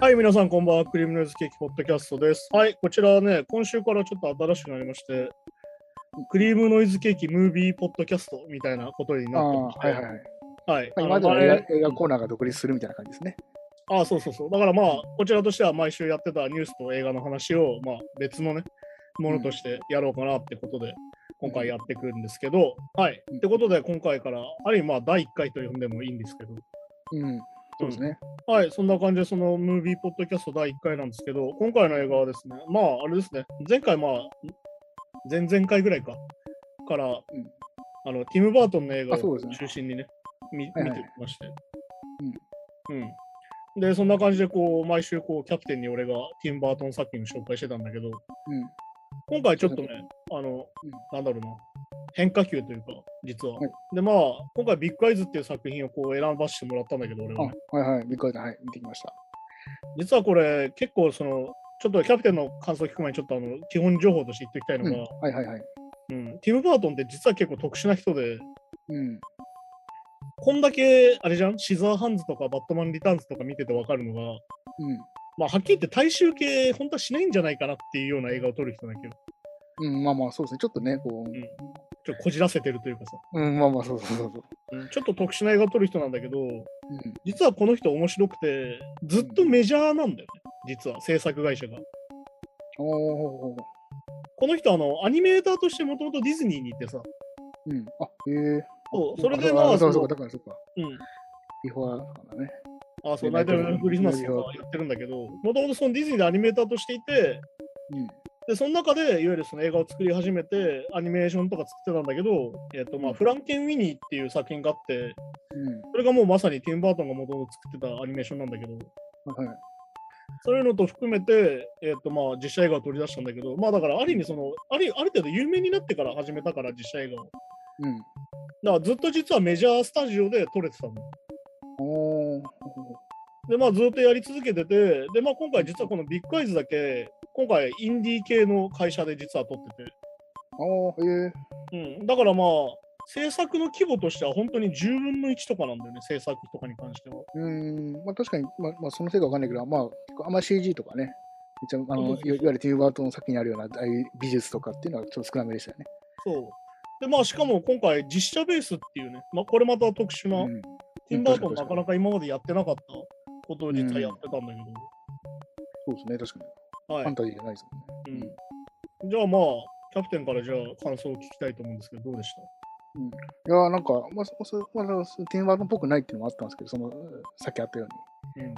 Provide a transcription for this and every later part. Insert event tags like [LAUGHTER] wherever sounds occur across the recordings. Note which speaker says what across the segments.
Speaker 1: はい、皆さん、こんばんは。クリームノイズケーキポッドキャストです。はい、こちらはね、今週からちょっと新しくなりまして、クリームノイズケーキムービーポッドキャストみたいなことに
Speaker 2: あ
Speaker 1: なって
Speaker 2: あ
Speaker 1: まし
Speaker 2: はいはいはい。
Speaker 1: て、はい。
Speaker 2: まあ今ま
Speaker 1: あ
Speaker 2: で
Speaker 1: の
Speaker 2: の
Speaker 1: あ
Speaker 2: 映
Speaker 1: れ
Speaker 2: 画映画コーナーが独立するみたいな感じですね。
Speaker 1: あ、そうそうそう。だからまあ、こちらとしては毎週やってたニュースと映画の話を、まあ、別のね、ものとしてやろうかなってことで、今回やっていくんですけど、はい。
Speaker 2: うん
Speaker 1: ってことで、今回から、ある意味、まあ、第1回と呼んでもいいんですけど、
Speaker 2: うん。そうですね。
Speaker 1: はい、そんな感じで、そのムービーポッドキャスト第1回なんですけど、今回の映画はですね、まあ、あれですね、前回、まあ、前々回ぐらいか、から、あの、ティム・バートンの映画
Speaker 2: あそう
Speaker 1: を
Speaker 2: ですね
Speaker 1: 中心にね、み
Speaker 2: はいはい
Speaker 1: 見てまして。うん。で、そんな感じで、こう、毎週、こう、キャプテンに俺がティム・バートン作品を紹介してたんだけど、
Speaker 2: うん。
Speaker 1: 今回ちょっとね、あの、なんだろうな、変化球というか、実は。
Speaker 2: はい
Speaker 1: で、まあ、今回、ビッグアイズっていう作品をこう選ばせてもらったんだけど、俺はね、
Speaker 2: あ、はいはい。ビッグアイズはい。見てきました。
Speaker 1: 実はこれ結構そのちょっとキャプテンの感想を聞く前にちょっとあの基本情報として言っておきたい
Speaker 2: うん。
Speaker 1: のが、
Speaker 2: はいはいはい。
Speaker 1: うんティム・バートンって実は結構特殊な人で
Speaker 2: うん。
Speaker 1: こんだけあれじゃんシザーハンズとかバットマン・リターンズとか見てて分かるのが、まあ、はっきり言って大衆系本当はしないんじゃないかなっていうような映画を撮る人だけど
Speaker 2: うん。うん。まあまあ、そうですね。ちょっとね、こう。
Speaker 1: ちょっとこじらせてるというかさ、
Speaker 2: うん。まあまあ、そうそうそうそう。
Speaker 1: ちょっと特殊な映画を撮る人なんだけど
Speaker 2: うん。
Speaker 1: 実はこの人面白くてずっとメジャーなんだよね実は制作会社が。
Speaker 2: おお。
Speaker 1: この人あのアニメーターとしてもともとディズニーに行ってさ
Speaker 2: うん。あ、へえ。
Speaker 1: そうそれで
Speaker 2: あ
Speaker 1: まあ
Speaker 2: そ
Speaker 1: そ
Speaker 2: かそうか。
Speaker 1: うの
Speaker 2: だからそうか。
Speaker 1: うん、
Speaker 2: ビフォアとかね。
Speaker 1: あそう、
Speaker 2: ね
Speaker 1: ナイト
Speaker 2: ナイト
Speaker 1: クリスマスと
Speaker 2: ナイ
Speaker 1: か
Speaker 2: ト
Speaker 1: やってるんだけど、もともとそのディズニーでアニメーターとしていて、
Speaker 2: うん。
Speaker 1: で、その中でいわゆるその映画を作り始めて、アニメーションとか作ってたんだけど、えっ、と、まあ、フランケン・ウィニーっていう作品があって、
Speaker 2: うん。
Speaker 1: それがもうまさにティム・バートンがもともと作ってたアニメーションなんだけど、
Speaker 2: はいはい。
Speaker 1: そういうのと含めて、えっ、と、まあ、実写映画を取り出したんだけど、まあ、だから、ある意味、その、あるある程度有名になってから始めたから、実写映画を。
Speaker 2: うん。
Speaker 1: だから、ずっと実はメジャースタジオで撮れてたの。
Speaker 2: おお。
Speaker 1: で、まあ、ずっとやり続けてて、で、まあ、今回実はこのビッグアイズだけ、今回インディー系の会社で実は撮って
Speaker 2: おお。へえ。
Speaker 1: て、うん、だからまあ、制作の規模としては本当に10分の1とかなんだよね、制作とかに関しては。
Speaker 2: うん。まあ、確かに、まあ、まあ、そのせいかわかんないけど、まあ、結構あんまり CG とかね。めっちゃあのい
Speaker 1: そ
Speaker 2: わ
Speaker 1: うそうそう
Speaker 2: いわゆるティム・バートンの先にあるようなああいう美術とかっていうのはちょっと少なめでしたよね。
Speaker 1: そう。で、まあ、しかも今回実写ベースっていうね、まあ、これまた特殊な、
Speaker 2: うん
Speaker 1: ティンバートン
Speaker 2: 確か
Speaker 1: な
Speaker 2: に
Speaker 1: かなか今までやってなかったことを実はやってたんだけ
Speaker 2: そうですね、確かに。
Speaker 1: ど、は
Speaker 2: ファ
Speaker 1: い
Speaker 2: ン。タジーじゃないですもんね。
Speaker 1: うん、じゃあまあ、キャプテンからじゃあ感想を聞きたいと思うんですけど、どうでした
Speaker 2: いやーなんか、まあ、そそまあ、そティンバートンっぽくないっていうのもあったんですけど、その、さっきあったように。
Speaker 1: うん。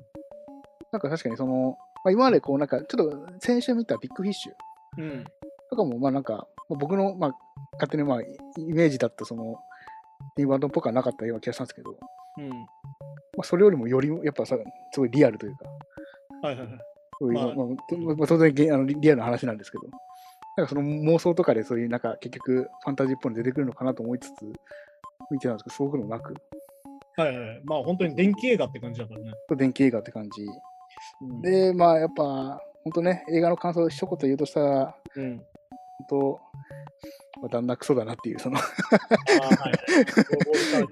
Speaker 2: なんか確かにその、まあ、今までこう、なんか、ちょっと先週見たビッグフィッシュ
Speaker 1: うん。
Speaker 2: とかも、まあなんか、まあ僕の、まあ、勝手にまあ、イイメージだったその、ティンバートンっぽくはなかったような気がしたんですけど、ま
Speaker 1: うん。
Speaker 2: あ、それよりもより、やっぱさ、すごいリアルというか、
Speaker 1: はいはいはい。
Speaker 2: そういう
Speaker 1: まあ
Speaker 2: まあまあまあ当然げあのリリアルな話なんですけど、なんかその妄想とかでそういうなんか結局ファンタジーっぽいの出てくるのかなと思いつつ見てたんですけど、そういうのもなく、
Speaker 1: はいはいはい。まあ本当に電気映画って感じだからね。
Speaker 2: 電気映画って感じ。
Speaker 1: うん、
Speaker 2: で、まあやっぱ、本当ね、映画の感想を一言言うとしたら、
Speaker 1: うん。
Speaker 2: 本当、まあ、旦那クソだなっていう、その [LAUGHS]
Speaker 1: ああ、はい。ロボルタ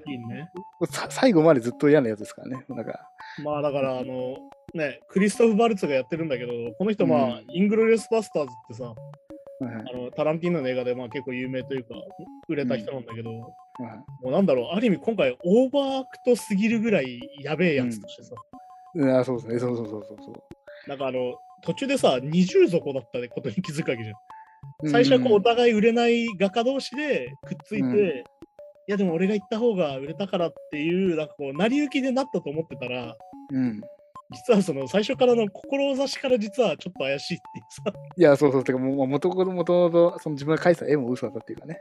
Speaker 1: ーキーンね。
Speaker 2: さ最後までずっと嫌なやつですからね、なんか、
Speaker 1: まあだから、あの、ね、クリストフ・バルツがやってるんだけど、この人、まあ、
Speaker 2: うん
Speaker 1: イングロレス・バスターズってさ、
Speaker 2: はいはい
Speaker 1: あのタランティーノの映画でまあ結構有名というか、売れた人なんだけど、も
Speaker 2: はいう
Speaker 1: なんだろう、ある意味今回、オーバーアクトすぎるぐらいやべえやつとしてさ、
Speaker 2: うんあそうですね、そうそうそうそうそう。
Speaker 1: なんかあの、途中でさ、二重底だったことに気づくわけじゃん。最初はこうお
Speaker 2: ん
Speaker 1: 互い売れない画家同士でくっついて、
Speaker 2: うん
Speaker 1: いやでも俺が行った方が売れたからっていうなんかこう成り行きでなったと思ってたら
Speaker 2: うん。
Speaker 1: 実はその最初からの志から実はちょっと怪しいっていうさ
Speaker 2: いや、そうそう、てかもう、もともと、その自分が描いてた絵も嘘だったっていうかね。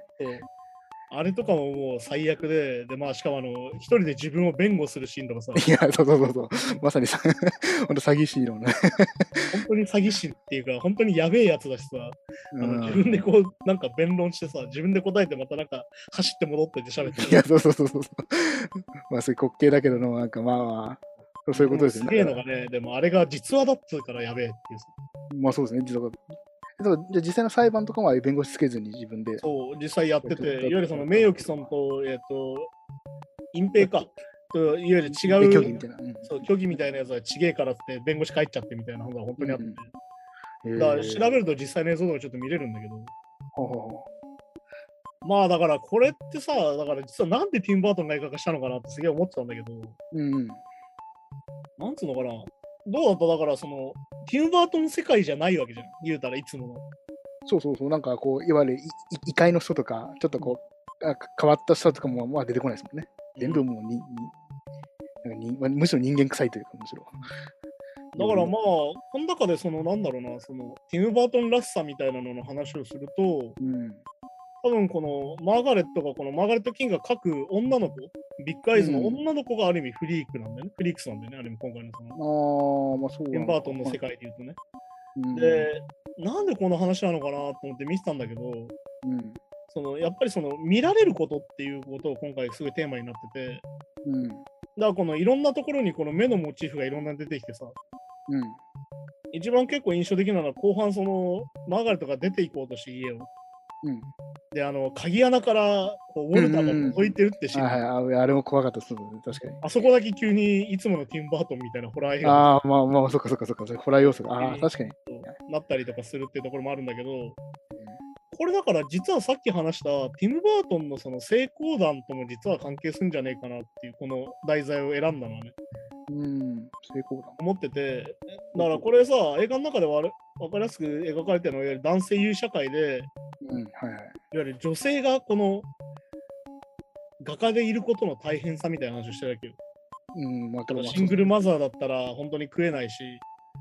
Speaker 1: あれとかももう最悪ででまあしかもあの一人で自分を弁護するシーンとかさ
Speaker 2: いや、そうそうそうそう。まさにさ、 [LAUGHS] ほんと詐欺師のね。
Speaker 1: 本当に詐欺師っていうか本当にやべえやつだしさ、あの
Speaker 2: うん
Speaker 1: 自分でこうなんか弁論してさ自分で答えてまたなんか走って戻ってって喋って
Speaker 2: いや、そうそうそうそう。まあ、そういう滑稽だけどの、なんかまあまあ、そういうことですよ
Speaker 1: すげえの
Speaker 2: ね。
Speaker 1: がねでもあれが実話だっつうからやべえっていうさ
Speaker 2: まあそうですね。実はだからじゃあ実際の裁判とかは弁護士つけずに自分で。
Speaker 1: そう、実際やってて、い
Speaker 2: やって
Speaker 1: わ
Speaker 2: た
Speaker 1: ゆるその名誉毀損と、えっ、と、隠蔽か。といわゆる違う
Speaker 2: 別競技みたいな。うん
Speaker 1: そう虚偽みたいなやつはちげえからっつって弁護士帰っちゃってみたいなのが本当にあって、
Speaker 2: うん
Speaker 1: だから調べ
Speaker 2: る。
Speaker 1: ると実際の映像とかちょっと見れるんだけど、
Speaker 2: ほうほうほ
Speaker 1: まあだからこれってさ、だから実はなんでティンバートンが映画化したのかなってすげえ思ってたんだけど、
Speaker 2: ううんうん。
Speaker 1: なんつうのかな、どうだっただからその、ティンバートン世界じゃないわけじゃん、言うたらいつもの。
Speaker 2: そうそうそう、なんかこう、いわゆるいい異界の人とか、ちょっとこう、あ変わった人とかもまあ出てこないですもんね。全部もうに、になんかにまあむしろ人間臭いというか、むしろ。
Speaker 1: だからまあ、この中でその、なんだろうな、その、ティム・バートンらしさみたいなのの話をすると、
Speaker 2: うん。
Speaker 1: 多分このマーガレットが、このマーガレット・キングが書く女の子、ビッグアイズの女の子がある意味フリークなんだよね、フリークスなんだよね、あれも今回のその
Speaker 2: あ、あ、まあそう
Speaker 1: ティ
Speaker 2: な
Speaker 1: ム・
Speaker 2: か
Speaker 1: バートンの世界で言うとね。
Speaker 2: うん
Speaker 1: で、なんでこの話なのかなと思って見てたんだけど、
Speaker 2: うん。
Speaker 1: そのやっぱりその見られることっていうことを今回すごいテーマになってて、
Speaker 2: うん。
Speaker 1: だからこのいろんなところにこの目のモチーフがいろんな出てきてさ、
Speaker 2: うん。
Speaker 1: 一番結構印象的なのは後半そのマーガレットが出ていこうとして家を。
Speaker 2: うん。
Speaker 1: で、あの、鍵穴からこうウォルターが覗いてるってシーン、
Speaker 2: はいはいあ、あれも怖かったです、確かに。
Speaker 1: あそこだけ急にいつものティンバートンみたいなホラー映画
Speaker 2: ああ、まあまあ、そっかそっかそっか、それホラー要素が。ああ、確かに。
Speaker 1: になったりとかするっていうところもあるんだけど、これだから実はさっき話したティム・バートンのその成功談とも実は関係するんじゃねえかなっていうこの題材を選んだのはね
Speaker 2: うん、成功だ。
Speaker 1: 思っててだからこれさ映画の中ではあれ分かりやすく描かれてるのはいわゆる男性優位社会で
Speaker 2: うん、はいはい。
Speaker 1: いわゆる女性がこの画家でいることの大変さみたいな話をしてるわけよ。
Speaker 2: うん、まあ、まあ
Speaker 1: シングルマザーだったら本当に食えないし、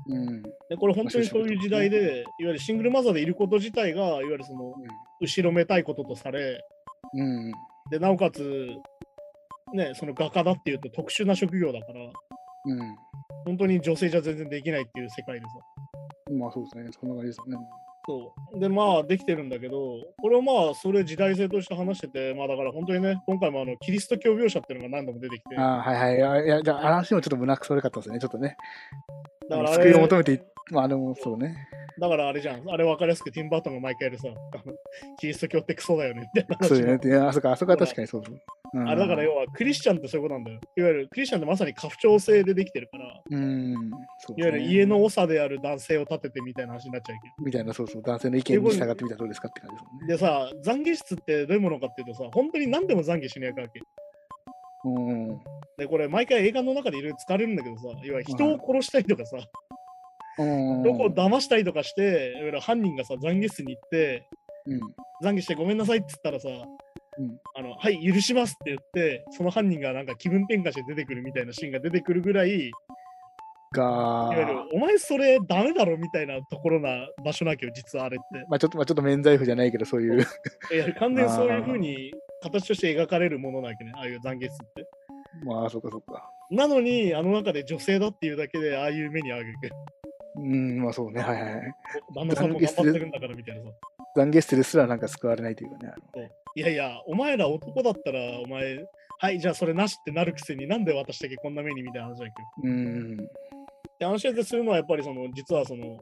Speaker 2: うん。うん。
Speaker 1: でこれ本当にそういう時代で、いわゆるシングルマザーでいること自体が、いわゆるその後ろめたいこととされ、
Speaker 2: うん。
Speaker 1: で、なおかつ、ね、その画家だっていうと特殊な職業だから、
Speaker 2: うん。
Speaker 1: 本当に女性じゃ全然できないっていう世界でさ。
Speaker 2: まあそうですね、そんな感じですよね。
Speaker 1: そう。で、まあ、できてるんだけど、これをまあ、それ時代性として話してて、まあ、だから本当にね、今回もあの、キリスト教描写っていうのが何度も出てきて、
Speaker 2: ああ、はいはいあ。いや、じゃあ、あの話もちょっと胸くそ悪かったですね、ちょっとね。
Speaker 1: だからあ
Speaker 2: 救いを
Speaker 1: れ、
Speaker 2: 求めてい、まあ、あの、そうね。
Speaker 1: だからあれじゃん、あれ分かりやすくティンバートンが毎回やるさ、あのキリスト教ってクソだよねみたいな
Speaker 2: そう
Speaker 1: 話
Speaker 2: よね。いや、あそこ、あそこは確かにそうそう。うん
Speaker 1: あれだから要はクリスチャンってそういうことなんだよ。いわゆるクリスチャンってまさに家父長制でできてるから、いわ
Speaker 2: うん。そうですね
Speaker 1: ゆる家の長である男性を立ててみたいな話になっちゃうけ
Speaker 2: みたいな、そうそう、男性の意見に従ってみたらどうですかって感じですもん
Speaker 1: ど。
Speaker 2: ね。
Speaker 1: でさ、懺悔室ってどういうものかっていうとさ、本当に何でも懺悔しにやくわけ。
Speaker 2: うん。
Speaker 1: で、これ毎回映画の中でいろいろ使われるんだけどさ、いわゆる人を殺したりとかさ、
Speaker 2: うん。
Speaker 1: どこを騙したりとかして、いわゆる犯人がさ、懺悔室に行って、
Speaker 2: うん。
Speaker 1: 懺悔してごめんなさいって言ったらさ、
Speaker 2: うん
Speaker 1: あのはい、許しますって言って、その犯人がなんか気分転換して出てくるみたいなシーンが出てくるぐらい、い
Speaker 2: が
Speaker 1: わゆ、る、お前それダメだろみたいなところな場所なきゃ、実はあれっ
Speaker 2: まあちょっと、まあちょっと免罪符じゃないけど、そう [LAUGHS] いう。
Speaker 1: て。いや完全にそういうふうに形として描かれるものなわけね、ああいう懺悔室って。
Speaker 2: まあ、そうかそうか。
Speaker 1: なのに、あの中で女性だっていうだけで、ああいう目に遭うわけ。 [LAUGHS]
Speaker 2: うん、まあそうね、はいはいはい。
Speaker 1: 旦那さんも頑張ってるんだからみたいなさ。
Speaker 2: 懺悔室ですらなんか救われないというかね。あの
Speaker 1: そういやいや、お前ら男だったら、お前、はい、じゃあそれなしってなるくせになんで私だけこんな目にみたいな話だけど。
Speaker 2: うん。
Speaker 1: で、アンシェーズするのはやっぱりその、実はその、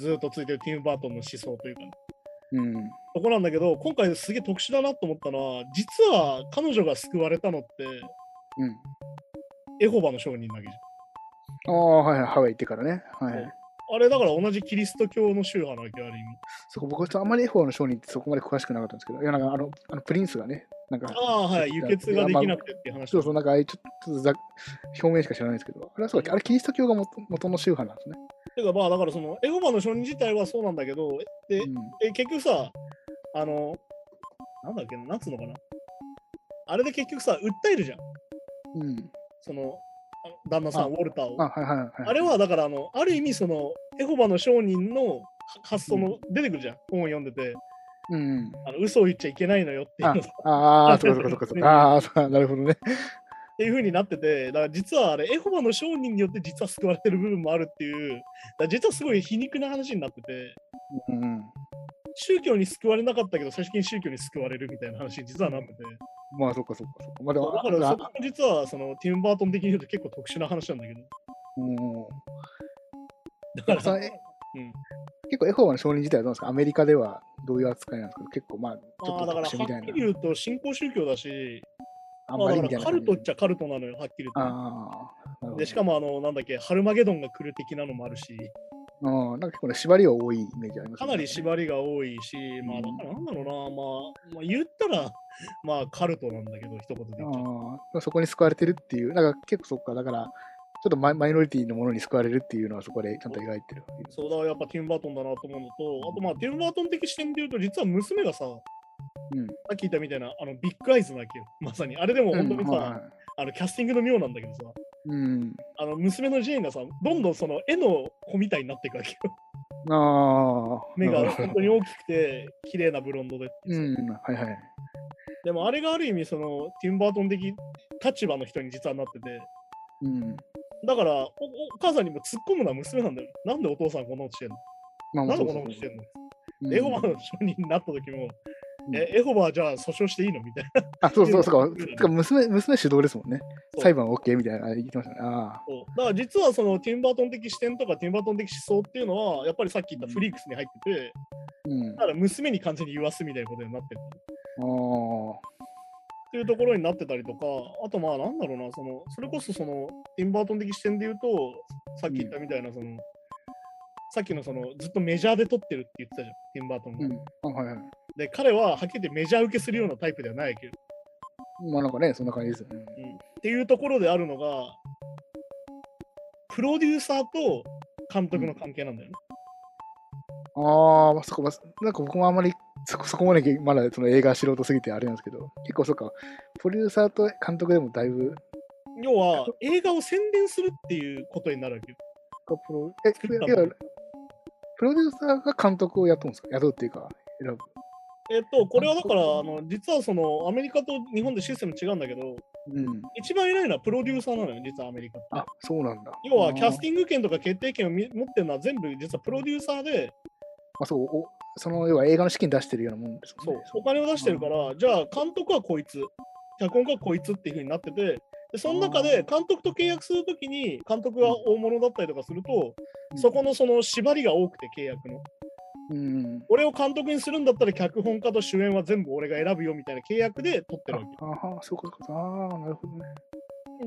Speaker 1: ずーっとついてるティム・バートンの思想というか、
Speaker 2: うん。
Speaker 1: そこなんだけど、今回すげえ特殊だなと思ったのは、実は彼女が救われたのって、
Speaker 2: うん。
Speaker 1: エホバの商人だけじ
Speaker 2: ああ、はいはい、ハワイ行ってからね。はいはい、
Speaker 1: そうゃん。あれだから同じキリスト教の宗派なわけよある意味。
Speaker 2: そこ僕はちょっとあんまり f の商人ってそこまで詳しくなかったんですけど、いや、なんかあの、あのプリンスがね、なんか、
Speaker 1: ああ、はい、輸血ができなくてっていう話
Speaker 2: そうそう、なんかああいうちょっとざ表面しか知らないですけど、あれはそうだっけあれキリスト教が元元の宗派なんですね。
Speaker 1: てかまあ、だからその、エホバの商人自体はそうなんだけど、で、え結局さ、あの、なんだっけな、なんつうのかな。あれで結局さ、訴えるじゃん。
Speaker 2: うん。うん。
Speaker 1: その、あの旦那さん、
Speaker 2: あ
Speaker 1: ウォルターを
Speaker 2: あ、。はいはいはい。
Speaker 1: あれはだからあの、ある意味その、エホバの商人の発想も出てくるじゃん、本を読んでて、
Speaker 2: うん。
Speaker 1: あの嘘を言っちゃいけないのよっていうのっ
Speaker 2: ああ、そうかそうかそうか。
Speaker 1: [LAUGHS]
Speaker 2: ああ、そうなるほどね。
Speaker 1: ていう風になってて、だから実はあれ、エホバの商人によって実は救われてる部分もあるっていう、だから実はすごい皮肉な話になってて、
Speaker 2: うん。
Speaker 1: 宗教に救われなかったけど、最終的に宗教に救われるみたいな話に実はなってて、
Speaker 2: まあ、そうかそうかそうか。まあ、で
Speaker 1: だ
Speaker 2: も、
Speaker 1: からそ
Speaker 2: あ
Speaker 1: こも実はそのティム・バートン的に言うと結構特殊な話なんだけど、
Speaker 2: うん。
Speaker 1: だか
Speaker 2: そ
Speaker 1: ら
Speaker 2: の、え結構エホバの証人自体はどうなんですかアメリカではどういう扱いなんですか結構まあ、ちょ
Speaker 1: まあ
Speaker 2: っと
Speaker 1: だから
Speaker 2: 特
Speaker 1: は
Speaker 2: 殊み
Speaker 1: っき
Speaker 2: たいな
Speaker 1: り。言うと信仰宗教だし、
Speaker 2: あん
Speaker 1: ま
Speaker 2: ま
Speaker 1: あ、
Speaker 2: り
Speaker 1: だ
Speaker 2: み
Speaker 1: か
Speaker 2: たいな
Speaker 1: ら
Speaker 2: 感
Speaker 1: カル
Speaker 2: じ
Speaker 1: トっちゃカルトなのよ、はっきり言ってね。
Speaker 2: ああ。
Speaker 1: で、しか
Speaker 2: も。
Speaker 1: も、あの、なんだっけ、ハルマゲドンが来る的なのもあるし、
Speaker 2: あーなんか結構ね、縛りは多いイメージあります
Speaker 1: か
Speaker 2: ね
Speaker 1: なり縛りが多いし、まあ、だからなんだろうな、まあ、まあ、言ったら、 [LAUGHS] まあ、カルトなんだけど、一言で言っちゃうと。
Speaker 2: ああ、そこに救われてるっていう、なんか結構そっか、だから、ちょっとマイマイノリティのものに救われるっていうのはそこでちゃんと描いてる。
Speaker 1: そうだ、やっぱティム・バートンだなと思うのと、あと、まあ、ティム・バートン的視点で言うと、実は娘がさ、さ
Speaker 2: うん。
Speaker 1: っき言ったみたいな、あの、ビッグアイズなわけよ。まさに。あれでも本当にさ、
Speaker 2: うんはいはい
Speaker 1: あの、キャスティングの妙なんだけどさ、
Speaker 2: うん。
Speaker 1: あの、娘のジェーンがさ、どんどんその、絵の子みたいになっていくわ
Speaker 2: [LAUGHS]
Speaker 1: けよ。
Speaker 2: ああ。
Speaker 1: 目
Speaker 2: な
Speaker 1: が
Speaker 2: るほど
Speaker 1: 本当に大きくて、綺麗なブロンドでっていう
Speaker 2: う
Speaker 1: さ
Speaker 2: ん、はいはい。
Speaker 1: でもあれがある意味そのティム・バートン的立場の人に実はなってて
Speaker 2: うん。
Speaker 1: だからおおお母さんにも突っ込むのは娘なんだよなんでお父さんこんなことしてんの
Speaker 2: まあ
Speaker 1: なん
Speaker 2: そ
Speaker 1: で
Speaker 2: うそ
Speaker 1: こん
Speaker 2: う
Speaker 1: な
Speaker 2: そ
Speaker 1: ことして
Speaker 2: うん
Speaker 1: の、
Speaker 2: うん
Speaker 1: エホバの証人になった時も、
Speaker 2: うん
Speaker 1: えエホバはじゃあ訴訟していいのみたいな
Speaker 2: あ、そうそうそう。つか娘、娘主導ですもんね。
Speaker 1: そう
Speaker 2: 裁判 OK みたいなあれ言ってましたね。ああ。
Speaker 1: そうだから実はそのティム・バートン的視点とかティム・バートン的思想っていうのはやっぱりさっき言ったフリークスに入ってて
Speaker 2: うん。
Speaker 1: だから娘に完全に言わすみたいなことになってる
Speaker 2: あ
Speaker 1: っていうところになってたりとか、あとまあなんだろうな、そのそれこそそのティンバートン的視点で言うと、さっき言ったみたいな、その、さっきのそのずっとメジャーで撮ってるって言ってたじゃん、ティンバートン
Speaker 2: あ。う
Speaker 1: が。
Speaker 2: ん。あ、はいはい。
Speaker 1: で、彼ははっきり言ってメジャー受けするようなタイプではないわけど、
Speaker 2: まあなんかね、そんな感じですよね。
Speaker 1: っていうところであるのが、プロデューサーと監督の関係なんだよね。
Speaker 2: ああ、まあ、そこ、まあ、なんか僕もあんまりそこそこまでまだその映画素人すぎてあれなんですけど、結構そっか、プロデューサーと監督でもだいぶ、
Speaker 1: 要は映画を宣伝するっていうことになるわけよ。
Speaker 2: プロえ
Speaker 1: 作った
Speaker 2: いや
Speaker 1: もの
Speaker 2: プロデューサーが監督を雇うんですか雇うっていうか、選ぶ。
Speaker 1: えっと、これはだから、あ
Speaker 2: 監
Speaker 1: の実はそのアメリカと日本でシステム違うんだけど、
Speaker 2: うん。
Speaker 1: 一番偉いのはプロデューサーなのよ、実はアメリカって。
Speaker 2: あ、そうなんだ。
Speaker 1: 要はキャス
Speaker 2: ィング。
Speaker 1: ティング権とか決定権をみ持ってるのは全部実はプロデューサーで、
Speaker 2: まあ、そう、おその、要は映画の資金出してるようなもんですも
Speaker 1: そ
Speaker 2: ん
Speaker 1: う
Speaker 2: ね。
Speaker 1: お金を出してるから、じゃあ監督はこいつ、脚本家はこいつっていうふうになってて、でその中で監督と契約するときに、監督が大物だったりとかすると、
Speaker 2: うん
Speaker 1: そこのその縛りが多くて契約の。
Speaker 2: うん。
Speaker 1: 俺を監督にするんだったら脚本家と主演は全部俺が選ぶよみたいな契約で取ってるわけ。
Speaker 2: ああ、そういうことか。ああ、なるほどね。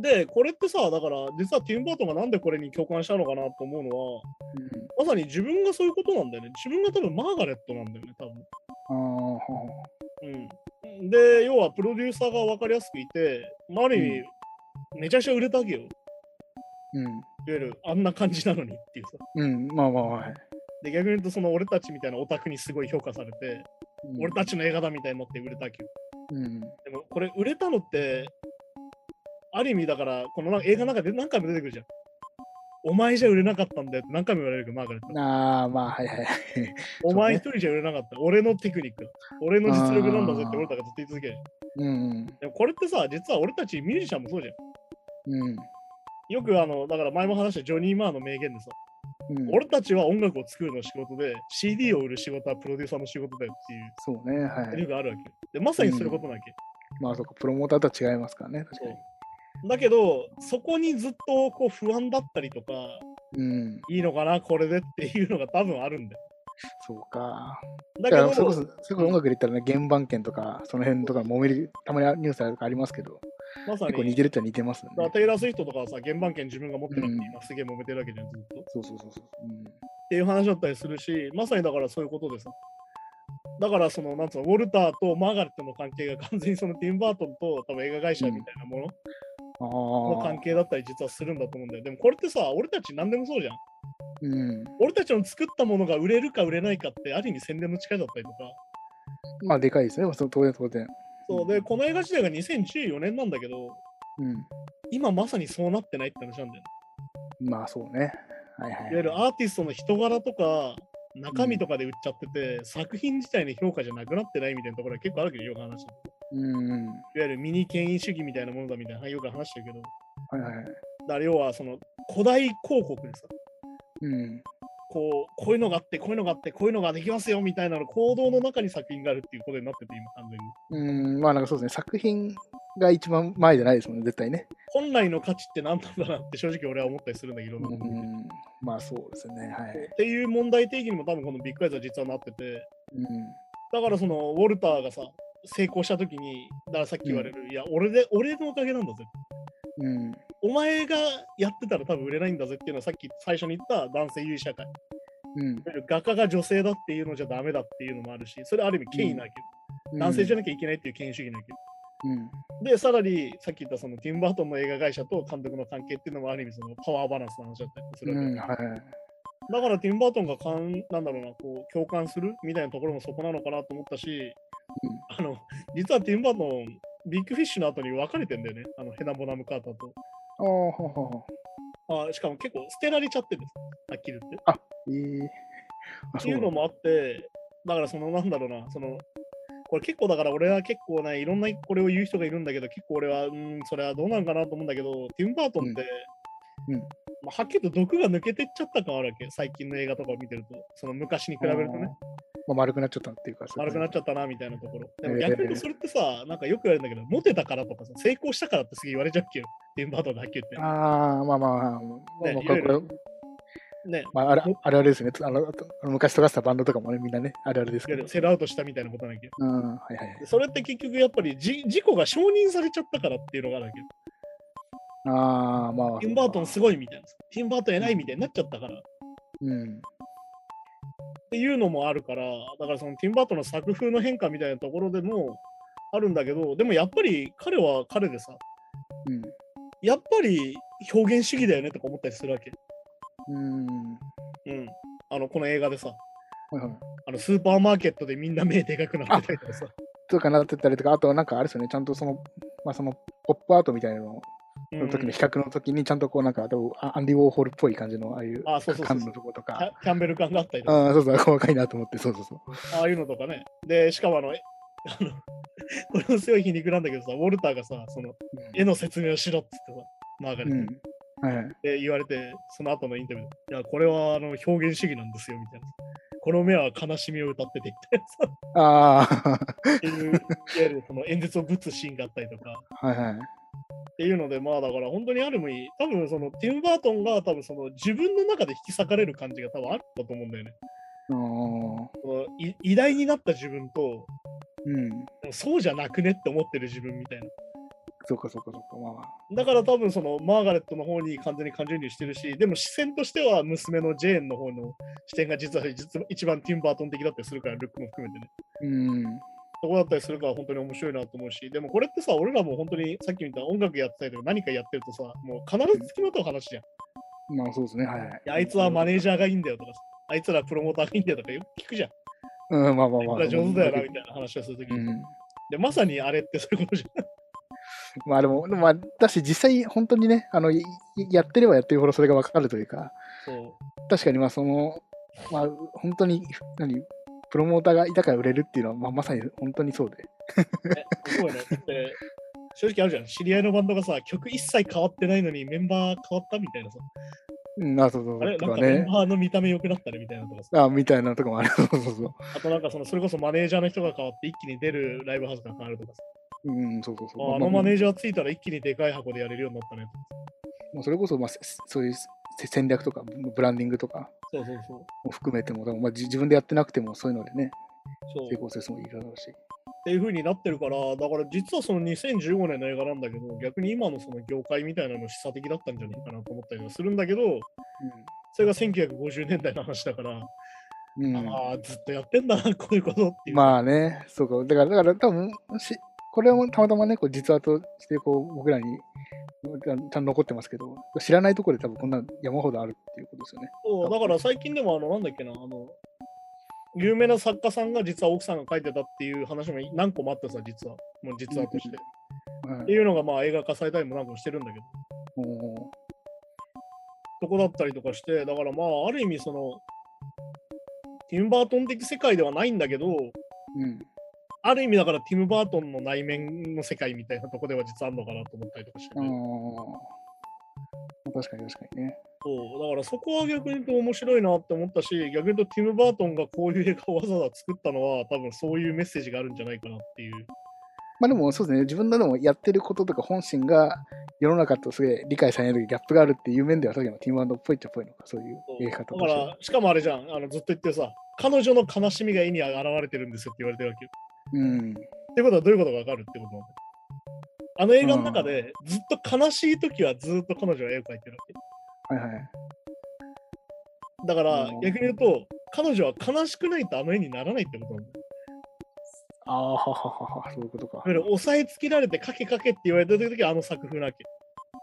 Speaker 1: で、これってさ、だから実はティム・バートンがなんでこれに共感したのかなと思うのは、まさに自分がそういうことなんだよね。自分が多分マーガレットなんだよね、多分。
Speaker 2: うん。ああ、
Speaker 1: うん、で、要はプロデューサーが分かりやすくいて、まあ、ある意味、めちゃくちゃ売れたわけよ。いわ
Speaker 2: うん。
Speaker 1: ゆる、あんな感じなのにっていうさ。
Speaker 2: うん、まあまあ、はい。
Speaker 1: で、逆に言うと、その俺たちみたいなオタクにすごい評価されて、
Speaker 2: うん
Speaker 1: 俺たちの映画だみたいになって売れたわけよ。
Speaker 2: うん。
Speaker 1: でも、これ、売れたのって、ある意味だから、このなんか映画の中で何回も出てくるじゃん。お前じゃ売れなかったんだよって何回も言われるけど、マーガレット。
Speaker 2: ああ、まあ、はいはい。
Speaker 1: お前一人じゃ売れなかった。俺のテクニック。俺の実力なんだぜって俺たちがずっと言い続ける。
Speaker 2: うん。
Speaker 1: でもこれってさ、実は俺たちミュージシャンもそうじゃん。
Speaker 2: うん。
Speaker 1: よくあの、だから前も話したジョニー・マーの名言でさ、
Speaker 2: うん、
Speaker 1: 俺たちは音楽を作るの仕事で、CD を売る仕事はプロデューサーの仕事だよっていう
Speaker 2: そうね、は
Speaker 1: セリ
Speaker 2: い。
Speaker 1: フがあるわけよ。で、まさにそういうことなわけ。
Speaker 2: まあ、そうか、プロモーターとは違いますからね、確かに。
Speaker 1: だけど、そこにずっとこう不安だったりとか、
Speaker 2: うん、
Speaker 1: いいのかな、これでっていうのが多分あるんだよ。
Speaker 2: そうか。だ
Speaker 1: だけ
Speaker 2: から、
Speaker 1: ど、
Speaker 2: それこそ、それこそ音楽で言ったらね、原版権とか、その辺とか、もめる、たまにニュースとかありますけど、
Speaker 1: まさ
Speaker 2: 結構
Speaker 1: に、
Speaker 2: 似
Speaker 1: だ
Speaker 2: てるっちゃ似てますよ
Speaker 1: から
Speaker 2: ね。
Speaker 1: テイラー・スウィフトとかはさ、原版権自分が持ってなくて、
Speaker 2: うん
Speaker 1: 今すげえ揉めてるわけじゃん、ずっと。
Speaker 2: そうそうそうそう。う
Speaker 1: っていう話だったりするし、まさにだからそういうことです。だからその、なんつうの、ウォルターとマーガレットの関係が完全にそのティム・バートンと多分映画会社みたいなもの
Speaker 2: ん、あ
Speaker 1: の
Speaker 2: あ
Speaker 1: 関。係だったり実はするんだと思うんだよ。でもこれってさ、俺たち何でもそうじゃん。
Speaker 2: うん。
Speaker 1: 俺たちの作ったものが売れるか売れないかってある意味宣伝の力だったりとか。
Speaker 2: まあ、でかいですね、そう当然、当然。
Speaker 1: そうで、この映画自体が2014年なんだけど、
Speaker 2: う
Speaker 1: 今まさにそうなってないって話なんだよね。
Speaker 2: ん。まあ、そうね。はいはい
Speaker 1: いわゆ
Speaker 2: い。
Speaker 1: るアーティストの人柄とか、中身とかで売っちゃってて、作品自体の評価じゃなくなってないみたいなところが結構あるけど、よく話して
Speaker 2: うん。
Speaker 1: いわゆるミニ権威主義みたいなものだみたいな、よく話してるけど、だ
Speaker 2: はいはい。
Speaker 1: から要はその古代広告ですよ。
Speaker 2: うん。
Speaker 1: こう、こういうのがあって、こういうのがあって、こういうのができますよみたいなの行動の中に作品があるっていうことになってて、今完全に。
Speaker 2: うん、まあ、なんかそうですね、作品が一番前じゃないですもんね、絶対ね。
Speaker 1: 本来の価値って何なんだなって正直俺は思ったりするんだけど、いろんなこと
Speaker 2: う
Speaker 1: 見て
Speaker 2: ん、まあ、そうですね、はい。
Speaker 1: っていう問題定義にも多分このビッグアイズは実はなってて、
Speaker 2: うん。
Speaker 1: だからそのウォルターがさ、成功した時にだからさっき言われる、いや俺で俺のおかげなんだぜ
Speaker 2: うん。
Speaker 1: お前がやってたら多分売れないんだぜっていうのはさっき最初に言った男性優位社会いわ
Speaker 2: うん。
Speaker 1: ゆる画家が女性だっていうのじゃダメだっていうのもあるしそれある意味権威なわけど、男性じゃなきゃいけないっていう権威主義なわけど
Speaker 2: うん。
Speaker 1: で、さらにさっき言ったそのティム・バートンの映画会社と監督の関係っていうのもある意味そのパワーバランスの話だったりす
Speaker 2: う
Speaker 1: るわけ
Speaker 2: ん。はい。
Speaker 1: だからティム・バートンがかんなんだろうなこう共感するみたいなところもそこなのかなと思ったし、
Speaker 2: うん
Speaker 1: あの実はティム・バートンビッグフィッシュの後に別れてんだよねあのヘナ・ボナム・カーターと
Speaker 2: ああ、ははは。
Speaker 1: あしかも結構捨てられちゃってるんですはっきり言って
Speaker 2: ええ。あ、
Speaker 1: っていうのもあって、だからそのなんだろうな、その、これ結構だから俺は結構ね、いろんなこれを言う人がいるんだけど、結構俺は、うん、それはどうなんかなと思うんだけど、ティム・バートンって、
Speaker 2: うんうん
Speaker 1: まあ、はっきりと毒が抜けてっちゃった感あるわけ、最近の映画とかを見てると、その昔に比べるとね、。
Speaker 2: まあ、丸くなっちゃったっていうか。
Speaker 1: 悪くなっちゃ
Speaker 2: っ
Speaker 1: ったなみたいなところ。で
Speaker 2: え
Speaker 1: も
Speaker 2: え
Speaker 1: 逆にそれってさ、なんかよく言われるんだけど、モテたからとかさ、成功したからってすげえ言われちゃうっけよ、ティム・バートンがはっきり言っ
Speaker 2: ああ、まあまあ、まあ、これ、
Speaker 1: て。ね、
Speaker 2: まあ、あれ、あれあれですね。あの、昔とかしたバンドとかもね、みんなね、あれあれです
Speaker 1: い
Speaker 2: け
Speaker 1: わゆ
Speaker 2: ど
Speaker 1: る。セルアウトしたみたいなことなんだけど。
Speaker 2: うん、はいはい。
Speaker 1: でそれって結局やっぱりじ事故が承認されちゃったからっていうのがあるわけよ。
Speaker 2: ああ、まあ。
Speaker 1: ティンバートンすごいみたいな。ティンバートン偉いみたいになっちゃったから。っ
Speaker 2: うん。
Speaker 1: ていうのもあるから、だからそのティンバートンの作風の変化みたいなところでもあるんだけど、でもやっぱり彼は彼でさ、
Speaker 2: うん。
Speaker 1: やっぱり表現主義だよねとか思ったりするわけ。
Speaker 2: うん。
Speaker 1: うん。あの、この映画でさ、
Speaker 2: はいはい。
Speaker 1: あのスーパーマーケットでみんな目でかくなってたりと
Speaker 2: [LAUGHS]
Speaker 1: かさ。
Speaker 2: とかなってたりとか、あとなんかあれですよね、ちゃんとその、まあその、ポップアートみたいなの
Speaker 1: うんう
Speaker 2: の
Speaker 1: ん
Speaker 2: 時の比較の時に、ちゃんとこうなんか、でもあアンディ・ウォーホールっぽい感じの、ああいう
Speaker 1: あそうそうそう
Speaker 2: 缶のとこと
Speaker 1: キャ
Speaker 2: か、
Speaker 1: キャンベル感があったりとか、
Speaker 2: ああ、そうそう、細かいなと思って、そうそうそう。
Speaker 1: ああいうのとかね。で、しかもあの、え [LAUGHS] あのこれもすごい皮肉なんだけどさ、ウォルターがさ、その絵の説明をしろっつってさ、マーガレッ
Speaker 2: う
Speaker 1: トに
Speaker 2: ん。はいはい。
Speaker 1: って言われて、その後のインタビューで、いや、これはあの表現主義なんですよ、みたいな。この目は悲しみを歌ってて、み
Speaker 2: ああ、
Speaker 1: たいな。っていう、いわゆるその演説をぶつシーンがあったりとか、っ
Speaker 2: はいはい。
Speaker 1: ていうので、まあだから本当にある意味、多分そのティム・バートンが多分その自分の中で引き裂かれる感じが多分あったと思うんだよね。
Speaker 2: あー
Speaker 1: そのい偉大になった自分と、
Speaker 2: うん。
Speaker 1: そうじゃなくねって思ってる自分みたいな。
Speaker 2: そうかそうかそうか、まあまあ。
Speaker 1: だから多分そのマーガレットの方に完全に感情移入してるし、でも視線としては娘のジェーンの方の視点が実は実は一番ティンバートン的だったりするから、ルックも含めてね。
Speaker 2: うん。
Speaker 1: そこだったりするから本当に面白いなと思うし、でもこれってさ、俺らも本当にさっきみたいな音楽やってたりとか何かやってるとさ、もう必ず付きまとう話じゃん。い
Speaker 2: まあそうですね、はいはい。
Speaker 1: やあいつはマネー
Speaker 2: ー。
Speaker 1: ジャーがいいんだよとかさ、あいつらプロモーターがいいんだよとかよく聞くじゃん。
Speaker 2: うん、まあまあ
Speaker 1: こ
Speaker 2: ま
Speaker 1: れ
Speaker 2: あ。
Speaker 1: は上手だよなみたいな話をするとき
Speaker 2: う
Speaker 1: に、
Speaker 2: ん。
Speaker 1: で、まさにあれってそういうことじゃん。
Speaker 2: まあでも、まあ、だし実際本当にね、あの、いやってればやってるほどそれがわかるというか、
Speaker 1: そう。
Speaker 2: 確かにまあその、まあ、本当に何プロモーターがいたから売れるっていうのは、まあ、まさに本当にそうで。
Speaker 1: ねすごいね。だって、正直あるじゃん。知り合いのバンドがさ、曲一切変わってないのにメンバー変わったみたいなさ。
Speaker 2: うん、あそうそう
Speaker 1: あれ
Speaker 2: と
Speaker 1: なん
Speaker 2: か
Speaker 1: かメン
Speaker 2: ね。
Speaker 1: バーの見た目良くなったねみたいなとかさ。
Speaker 2: あみたいなとこもある。そう [LAUGHS] そうそう。
Speaker 1: あとなんかその、それこそマネージャーの人が変わって一気に出るライブハウスが変わるとかさ。
Speaker 2: うん、そうそうそう。
Speaker 1: あ
Speaker 2: ま
Speaker 1: あの
Speaker 2: あ
Speaker 1: マネージャーついたら一気にでかい箱でやれるようになったね。
Speaker 2: もうそれこそ、まあ、せそういうせ戦略とか、ブランディングとか
Speaker 1: そうそうそう。
Speaker 2: も含めても、多分まあ、じ自分でやってなくても、そういうのでね、
Speaker 1: そう
Speaker 2: 成
Speaker 1: っ
Speaker 2: 功する人もいるだろうし。
Speaker 1: ていう風になってるから、だから実はその2015年の映画なんだけど、逆に今のその業界みたいなの示唆的だったんじゃないかなと思ったりはするんだけど、それが1950年代の話だから、
Speaker 2: うん。うん、
Speaker 1: ああ、ずっとやってんだな、こういうことっていう。
Speaker 2: まあね、そうか。だから、だから多分しこれはもうたまたまね、こう実話としてこう僕らにちゃんちゃんと残ってますけど、知らないところで多分こんな山ほどあるっていうことですよね。
Speaker 1: そうだから最近でもあのなんだっけなあの有名な作家さんが実は奥さんが書いてたっていう話も何個もあってさ実はもう実はとして、
Speaker 2: うん
Speaker 1: っ
Speaker 2: は
Speaker 1: て
Speaker 2: い、
Speaker 1: いうのがまあ映画化されたりも何個もしてるんだけど
Speaker 2: お
Speaker 1: そこだったりとかしてだからまあある意味そのティム・バートン的世界ではないんだけど
Speaker 2: うん、
Speaker 1: ある意味だからティム・バートンの内面の世界みたいなとこでは実はあるのかなと思ったりとかしてて、
Speaker 2: あー確かに確かにね。
Speaker 1: そうだからそこは逆に言うと面白いなって思ったし逆に言うとティム・バートンがこういう映画をわざわざ作ったのは多分そういうメッセージがあるんじゃないかなっていう
Speaker 2: まあでもそうですね、自分のでもやってることとか本心が世の中とすげえ理解されないギャップがあるっていう面では、さっきのティームバンドっぽいっちゃっぽいのか、そういう映
Speaker 1: だ
Speaker 2: 画
Speaker 1: か
Speaker 2: とか。
Speaker 1: ら、しかもあれじゃん、あのずっと言ってるさ、彼女の悲しみが絵に現れてるんですよって言われてるわけよ。
Speaker 2: うん。
Speaker 1: ってことはどういうことがわかるってことなんだよあの映画の中で、ずっと悲しい時はずっと彼女は絵を描いてるわけ。
Speaker 2: はいはい。
Speaker 1: だから
Speaker 2: うん
Speaker 1: 逆に言うと、彼女は悲しくないとあの絵にならないってことなんだよ。
Speaker 2: ああ、はははは、そういうことか
Speaker 1: いわ。ゆる押さえつけられて書け書けって言われてる時はあの作風なわけ。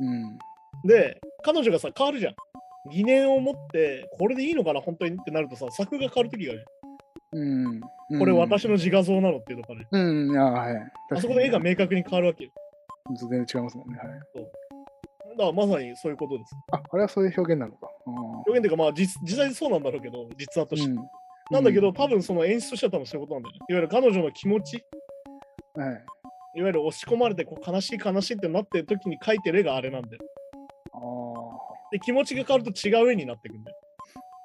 Speaker 2: うん。
Speaker 1: で、彼女がさ、変わるじゃん。疑念を持って、これでいいのかな、本当にってなるとさ、作が変わる時があるじ
Speaker 2: うん。う
Speaker 1: ゃ
Speaker 2: ん
Speaker 1: ん。これ私の。自画像なのっていうところで、
Speaker 2: うん、ああ、はい。
Speaker 1: あそこで絵が
Speaker 2: 確
Speaker 1: 明確に変わるわけよ。
Speaker 2: かに全然違いますもんね。はい。
Speaker 1: だからまさにそういうことです。
Speaker 2: あ、あれはそういう表現なのか。あ
Speaker 1: 表現というか、まあ実、実際そうなんだろうけど、実話と
Speaker 2: ー
Speaker 1: して。
Speaker 2: うん
Speaker 1: なんだけ
Speaker 2: う
Speaker 1: ど、
Speaker 2: ん
Speaker 1: 多分その演出としては多分そういうことなんだよね。いわゆる彼女の気持ち、
Speaker 2: はい。
Speaker 1: いわゆる押し込まれてこう悲しい悲しいってなってる時に描いてる絵があれなんだよ。
Speaker 2: ああ、そ
Speaker 1: で、気持ちが変わると違う絵になってくるんだよ。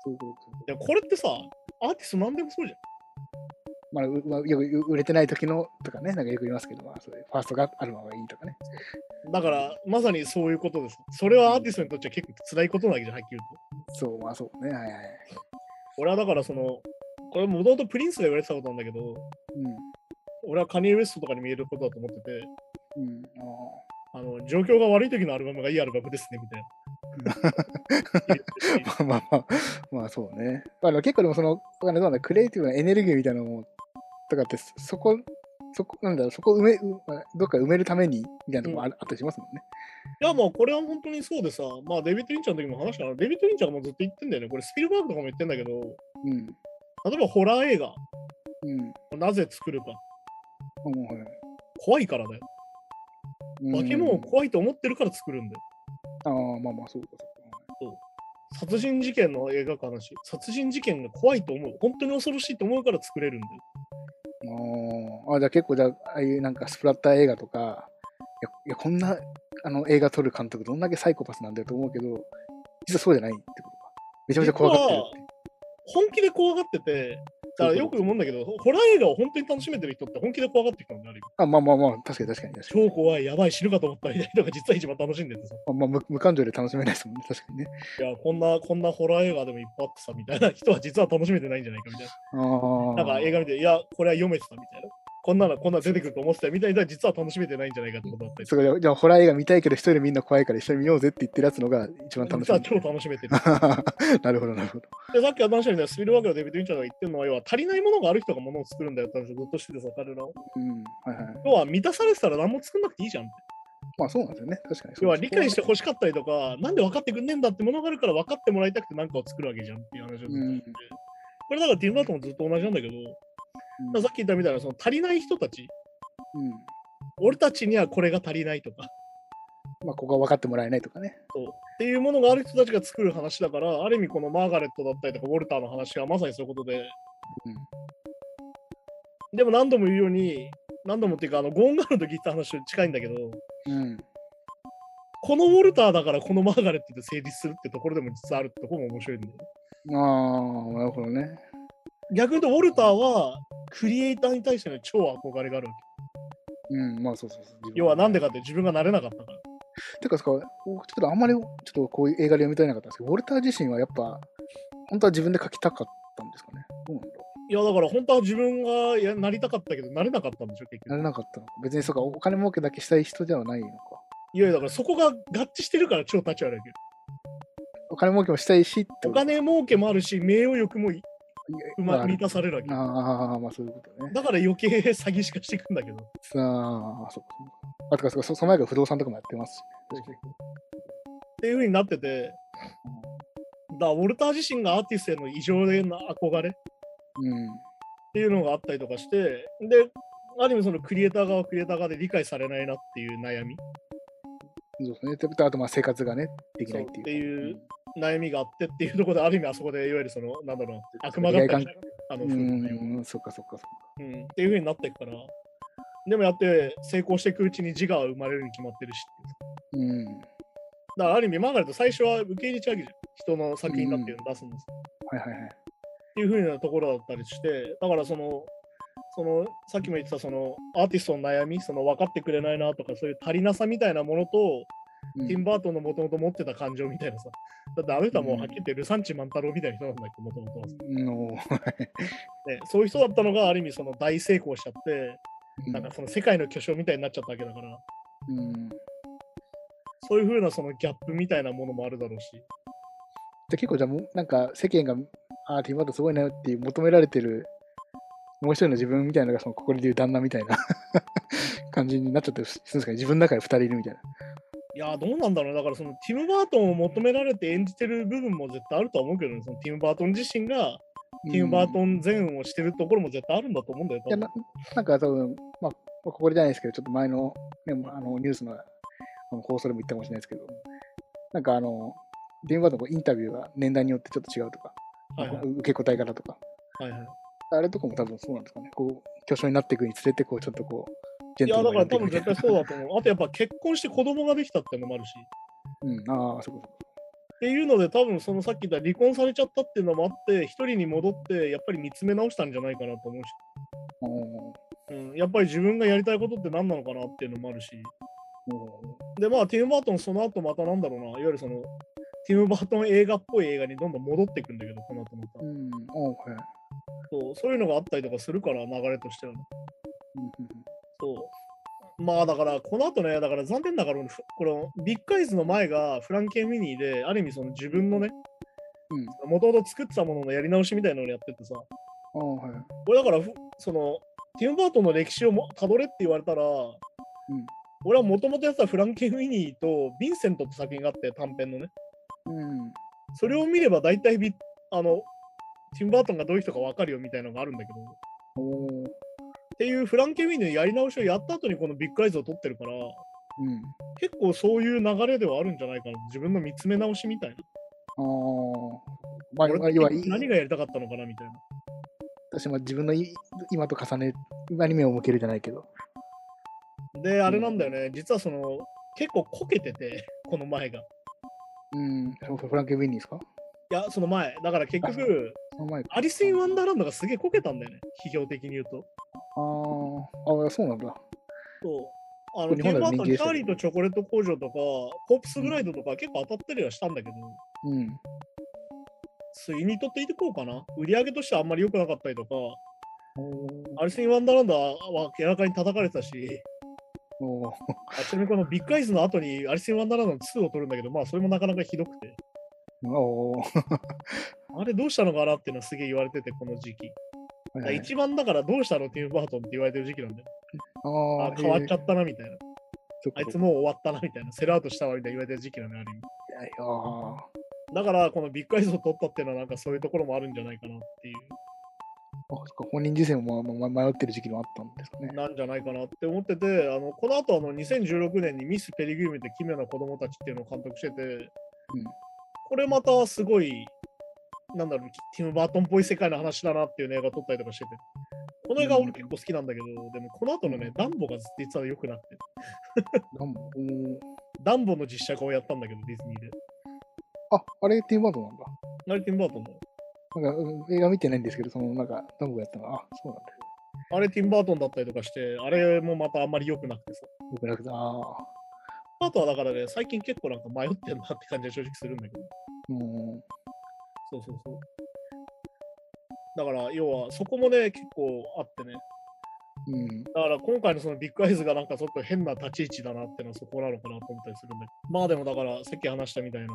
Speaker 2: ういうこと。
Speaker 1: いや、これってさ、アーティスト何でもそうじゃん。
Speaker 2: まあ、うまあ、よくう売れてない時のとかね、なんかよく言いますけど、まあ、そういうファーストがアルバムがいいとかね。
Speaker 1: だから、まさにそういうことです。それはアーティストにとっては結構辛いことなわけじゃん、はっきり言うと。
Speaker 2: そう、まあそうね。はいはい。
Speaker 1: 俺はだから、その、これもともとプリンスが言われてたことなんだけど、
Speaker 2: うん。
Speaker 1: 俺はカニエ・ウエストとかに見えることだと思ってて、
Speaker 2: うん、
Speaker 1: あの、状況が悪い時のアルバムがいいアルバムですね、みたい
Speaker 2: [LAUGHS] あ
Speaker 1: な。
Speaker 2: ー [LAUGHS] まあまあ、まあそうね。まあ、でも結構でもその、あのどうなんだクリエイティブなエネルギーみたいなのもとかって、そこ、そこ、なんだろう、そこ埋め、うまあどっか埋めるためにみたいなとこもあ,、あったりしますもんね。
Speaker 1: いや、まあ、これは本当にそうでさ、まあ、デビッド・リンチャーの時も話したから、デビッド・リンチャーがもうずっと言ってんだよね。これ、スピルバーグとかも言ってんだけど、例えばホラー映画、
Speaker 2: うん。うん。
Speaker 1: なぜ作るか。
Speaker 2: もう、はい
Speaker 1: 怖いからだよ。
Speaker 2: うん
Speaker 1: 化け物を怖いと思ってるから作るんだよ。
Speaker 2: ああ、まあまあ、そうか、そうか。
Speaker 1: 殺人事件の映画化の話。殺人事件が怖いと思う。本当に恐ろしいと思うから作れるんだよ。
Speaker 2: あーあ、じゃあ結構、じゃあ、ああいうなんかスプラッター映画とか、いや、いやこんなあの映画撮る監督、どんだけサイコパスなんだよと思うけど、実はそうじゃないってことか。めちゃめちゃ怖がってるって。
Speaker 1: 本気で怖がってて、だからよく思うんだけど、ホラー映画を本当に楽しめてる人って本気で怖がってきたんだよ、ある意
Speaker 2: あまあまあまあ、確かに確かに確かに。
Speaker 1: 味超怖い、やばい、死ぬかと思ったみたいな人が実は一番楽しんでてさ。
Speaker 2: あまあ、無無感情で楽しめないですもんね、確かにね。
Speaker 1: いや、こんな、こんなホラー映画でもいっぱいあってさ、みたいな人は実は楽しめてないんじゃないかみたいな。
Speaker 2: ああ。
Speaker 1: なんか映画見て、いや、これは読めてたみたいな。こんなの、こんなの出てくると思ってたみたいな、実は楽しめてないんじゃないかってことだったり。
Speaker 2: そうかじゃあじゃあ、ホラー映画見たいけど、一人でみんな怖いから一緒に見ようぜって言ってるやつのが一番楽し
Speaker 1: 実
Speaker 2: み
Speaker 1: は。超楽しめてる。
Speaker 2: [LAUGHS] なるほど、なるほど。
Speaker 1: で、さっき話したみたいな、スピルバーグのデビッド・リンチャーが言ってるのは、要は足りないものがある人がものを作るんだよって話をずっとしててさ、彼らを。
Speaker 2: うん。はいはい。
Speaker 1: 要は満たされてたら何も作んなくていいじゃんって。
Speaker 2: まあ、そうなんですよね。確かに。
Speaker 1: 要は理解して
Speaker 2: し
Speaker 1: 欲しかったりとか、なんで分かってくんねえんだってものがあるから分かってもらいたくて何かを作るわけじゃんっていう話をずっとしてて。
Speaker 2: うん
Speaker 1: これだからティム・バートンもずっと同じなんだけど、
Speaker 2: い
Speaker 1: だからさっき言ったみたいな、その足りない人たち、
Speaker 2: うん。うん
Speaker 1: 俺たちにはこれが足りないとか、
Speaker 2: まあ、ここは分かってもらえないとかね。
Speaker 1: そうっていうものがある人たちが作る話だから、ある意味このマーガレットだったりとか、ウォルターの話はまさにそういうことで、
Speaker 2: うん。
Speaker 1: でも何度も言うように、何度もっていうか、あのゴーンガールの時言った話と近いんだけど、
Speaker 2: うん。
Speaker 1: このウォルターだからこのマーガレットで成立するってところでも実はあるってところも面白いんだよ。
Speaker 2: ああ、なるほどね。
Speaker 1: 逆に言うと、ウォルターはクリエイターに対しての超憧れがあるわけ。
Speaker 2: うん、まあそうそうそう。
Speaker 1: 要はなん
Speaker 2: で
Speaker 1: でかって自分がなれなかったから。
Speaker 2: てかそうか、僕ちょっとあんまりちょっとこういう映画で読みたいなかったんですけど、ウォルター自身はやっぱ、本当は自分で描きたかったんですかね。どうなんだろ
Speaker 1: いや、だから本当は自分がやなりたかったけど、なれなかったんでしょ、結
Speaker 2: う。なれ
Speaker 1: 局。
Speaker 2: なかったのか。別にそうか、お金儲けだけしたい人ではないのか。
Speaker 1: いやいや、だからそこが合致してるから超立ち悪いわけよ。
Speaker 2: お金儲けもしたいしってこと
Speaker 1: お金儲けもあるし、名誉欲もい
Speaker 2: いや
Speaker 1: ま
Speaker 2: あ
Speaker 1: 満たされるわけ。だ
Speaker 2: ああ、まあそういうことね。
Speaker 1: から余計詐欺しかしていくんだけど。
Speaker 2: さあ、そうかそうか。あ、てかそうか、そその前から不動産とかもやってますしね。確かに。
Speaker 1: っていう風になってて、だからウォルター自身がアーティストへの異常な憧れっ
Speaker 2: うん。
Speaker 1: ていうのがあったりとかして、で、ある意味そのクリエイター側はクリエイター側で理解されないなっていう悩み、
Speaker 2: そうですね。てことはあと、まあ生活がね、できないっていうか。
Speaker 1: そうっていう
Speaker 2: うん
Speaker 1: 悩みがあってっていうところで、ある意味あそこでいわゆるその、なんだろうな、悪魔だったりしたあの、夫婦のような
Speaker 2: うん、うんそっかそっかそっか。
Speaker 1: うん、っていう風になっていくから、でもやって成功していくうちに自我は生まれるに決まってるしっていう、
Speaker 2: うん。
Speaker 1: だからある意味、マーガレット最初は受け入れちゃうわけじゃん。人の作品だっていうのを出すんです。
Speaker 2: はいはいはい。
Speaker 1: っていう風なところだったりして、だからその、そのさっきも言ってたそのアーティストの悩み、その分かってくれないなとか、そういう足りなさみたいなものと、
Speaker 2: うん
Speaker 1: ティンバートンのもともと持ってた感情みたいなさ、だってあの人はもうはっきり言ってルサンチ万太郎みたいな人なんだけど、もともとはさ、
Speaker 2: [LAUGHS] の、
Speaker 1: ね。そういう人だったのがある意味その大成功しちゃって、
Speaker 2: うん
Speaker 1: なんかその世界の巨匠みたいになっちゃったわけだから、
Speaker 2: うん
Speaker 1: そういうふうなそのギャップみたいなものもあるだろうし、
Speaker 2: じゃあ結構じゃあもうなんか世間がああティンバートンすごいなっていう求められてるもう一人の自分みたいなのがそのここで言う旦那みたいな [LAUGHS] 感じになっちゃったりするんですかね自分の中で2人いるみたいない
Speaker 1: やー、どうなんだろう、だからそのティム・バートンを求められて演じてる部分も絶対あるとは思うけどね、そのティム・バートン自身がティム・バート
Speaker 2: うん
Speaker 1: ン前をしてるところも絶対あるんだと思うんだよ、
Speaker 2: いやななんか多分まあここでじゃないですけどちょっと前の,、ね、あのニュースのあの放送でも言ったかもしれないですけどなんかあのディーンバートンのこうインタビューが年代によってちょっと違うとか、
Speaker 1: 多分はいはい
Speaker 2: 受け答え方とか
Speaker 1: はいはい
Speaker 2: あれとかも多分そうなんですかね。こう、巨匠になっていくにつれて、こう、ちょっとこう、ジ
Speaker 1: いや、だから多分
Speaker 2: にな
Speaker 1: 絶
Speaker 2: ってい
Speaker 1: 対
Speaker 2: く
Speaker 1: そうだと思う。あとやっぱ結婚して子供ができたっていうのもあるし。
Speaker 2: みたいな。うん、ああ、そうか
Speaker 1: っていうので、多分そのさっき言った離婚されちゃったっていうのもあって、一人に戻って、やっぱり見つめ直したんじゃないかなと思うし、
Speaker 2: そうか。
Speaker 1: うん、やっぱり自分がやりたいことって何なのかなっていうのもあるし、
Speaker 2: おーお
Speaker 1: で、まあ、ティム・バートン、その後またなんだろうな、いわゆるその、ティム・バートン映画っぽい映画にどんどん戻っていくんだけど、この後また
Speaker 2: ー。うん、おーはい。
Speaker 1: そうそういうのがあったりとかするから、流れとしてはね。
Speaker 2: うんうん
Speaker 1: そう。まあだから、この後ね、だから残念ながら、ふこのビッグアイズの前がフランケン・ウィニーで、ある意味その自分のね、
Speaker 2: うん。うん
Speaker 1: もともと作ってたもののやり直しみたいなのをやっててさ、
Speaker 2: おーはい。
Speaker 1: 俺だからふ、その、ティム・バートンの歴史をもたどれって言われたら、
Speaker 2: ん
Speaker 1: 俺はもともとやってたフランケン・ウィニーとヴィンセントって作品があって、短編のね、
Speaker 2: うん。
Speaker 1: それを見れば大体ビ、あの、ティム・バートンがどういう人か分かるよみたいなのがあるんだけど、っ
Speaker 2: おー
Speaker 1: ていうフランケン・ウィニーのやり直しをやった後にこのビッグアイズを撮ってるから、
Speaker 2: うん。
Speaker 1: 結構そういう流れではあるんじゃないかな。自分の見つめ直しみたいな。
Speaker 2: あーまあ、
Speaker 1: 俺
Speaker 2: まあ
Speaker 1: って
Speaker 2: 要はいい
Speaker 1: 何がやりたかったのかなみたいな。
Speaker 2: 私も自分のい今と重ね、今に目を向けるじゃないけど。
Speaker 1: で、あれなんだよね。実はその、結構こけてて、この前が。い
Speaker 2: うん。そうフランケン・ウィンニーですか
Speaker 1: や、その前。だから結局、
Speaker 2: その前か。
Speaker 1: アリス・イン・ワンダーランドがすげえこけたんだよね。批評的に言うと。
Speaker 2: あーあ、そうなんだ。
Speaker 1: そう。
Speaker 2: こ
Speaker 1: あの、
Speaker 2: れ日
Speaker 1: テ
Speaker 2: 本で
Speaker 1: ィ
Speaker 2: も
Speaker 1: ム・バー
Speaker 2: 人
Speaker 1: トン、
Speaker 2: 気
Speaker 1: チ
Speaker 2: でし
Speaker 1: ャ
Speaker 2: た
Speaker 1: ー
Speaker 2: よね
Speaker 1: リーとチョコレート工場とか、コープス・グライドとか結構当たったりはしたんだけど、
Speaker 2: うん。
Speaker 1: スイにとっていてこうかな。売り上げとしてはあんまり良くなかったりとか、
Speaker 2: おー
Speaker 1: アリス・イン・ワンダーランドは明らかに叩かれてたし、
Speaker 2: おー [LAUGHS]
Speaker 1: あちなみにこのビッグアイズの後にアリス・イン・ワンダーランドの2を取るんだけど、まあそれもなかなかひどくて、
Speaker 2: おー
Speaker 1: あれどうしたのかなっていうのはすげえ言われてて、この時期。
Speaker 2: はい
Speaker 1: だか
Speaker 2: は
Speaker 1: ら
Speaker 2: い
Speaker 1: 一番だからどうしたのティム・バートンって言われてる時期なんで、
Speaker 2: あ
Speaker 1: あ
Speaker 2: ー
Speaker 1: 変わっちゃ
Speaker 2: へー
Speaker 1: ったなみたいな、
Speaker 2: そっか
Speaker 1: あい
Speaker 2: そっ
Speaker 1: つ
Speaker 2: か
Speaker 1: もう終わったなみたいな、セルアウトしたわみたいな言われてる時期なんで、ある意味。
Speaker 2: いやいやー
Speaker 1: だからこのビッグアイズを取ったっていうのはなんかそういうところもあるんじゃないかなっていう。
Speaker 2: あそっか本人自身も、まあま迷ってる時期もあったんですかね。
Speaker 1: なんじゃないかなって思ってて、あのこの後あの2016年にミス・ペリグリムって奇妙な子供たちっていうのを監督してて、これまたすごい、なんだろう、ティム・バートンっぽい世界の話だなっていうね映画撮ったりとかしてて、この映画
Speaker 2: うん
Speaker 1: 俺結構好きなんだけど、でもこの後のね、ダンボが実は良くなくて、
Speaker 2: なんもおー
Speaker 1: ダンボの実写化をやったんだけど、ディズニーで。
Speaker 2: あ、あれティムバートンなんだ。
Speaker 1: あれ、ティム・バートンの。
Speaker 2: なんかうん映画見てないんですけど、そのなんかダムがやったのが、あ、そうなんだ。
Speaker 1: あれ、ティム・バートンだったりとかして、あれもまたあんまり良くなくてさ。
Speaker 2: よくなくて、ああ、
Speaker 1: あとはだからね、最近結構なんか迷ってるなって感じは正直するんだけど。
Speaker 2: うん、
Speaker 1: そうそうそう。だから、要はそこもね、結構あってね。
Speaker 2: うん、
Speaker 1: だから今回のそのビッグアイズがなんかちょっと変な立ち位置だなってのはそこなのかなと思ったりするんだけど、まあでもだからさっき話したみたいな、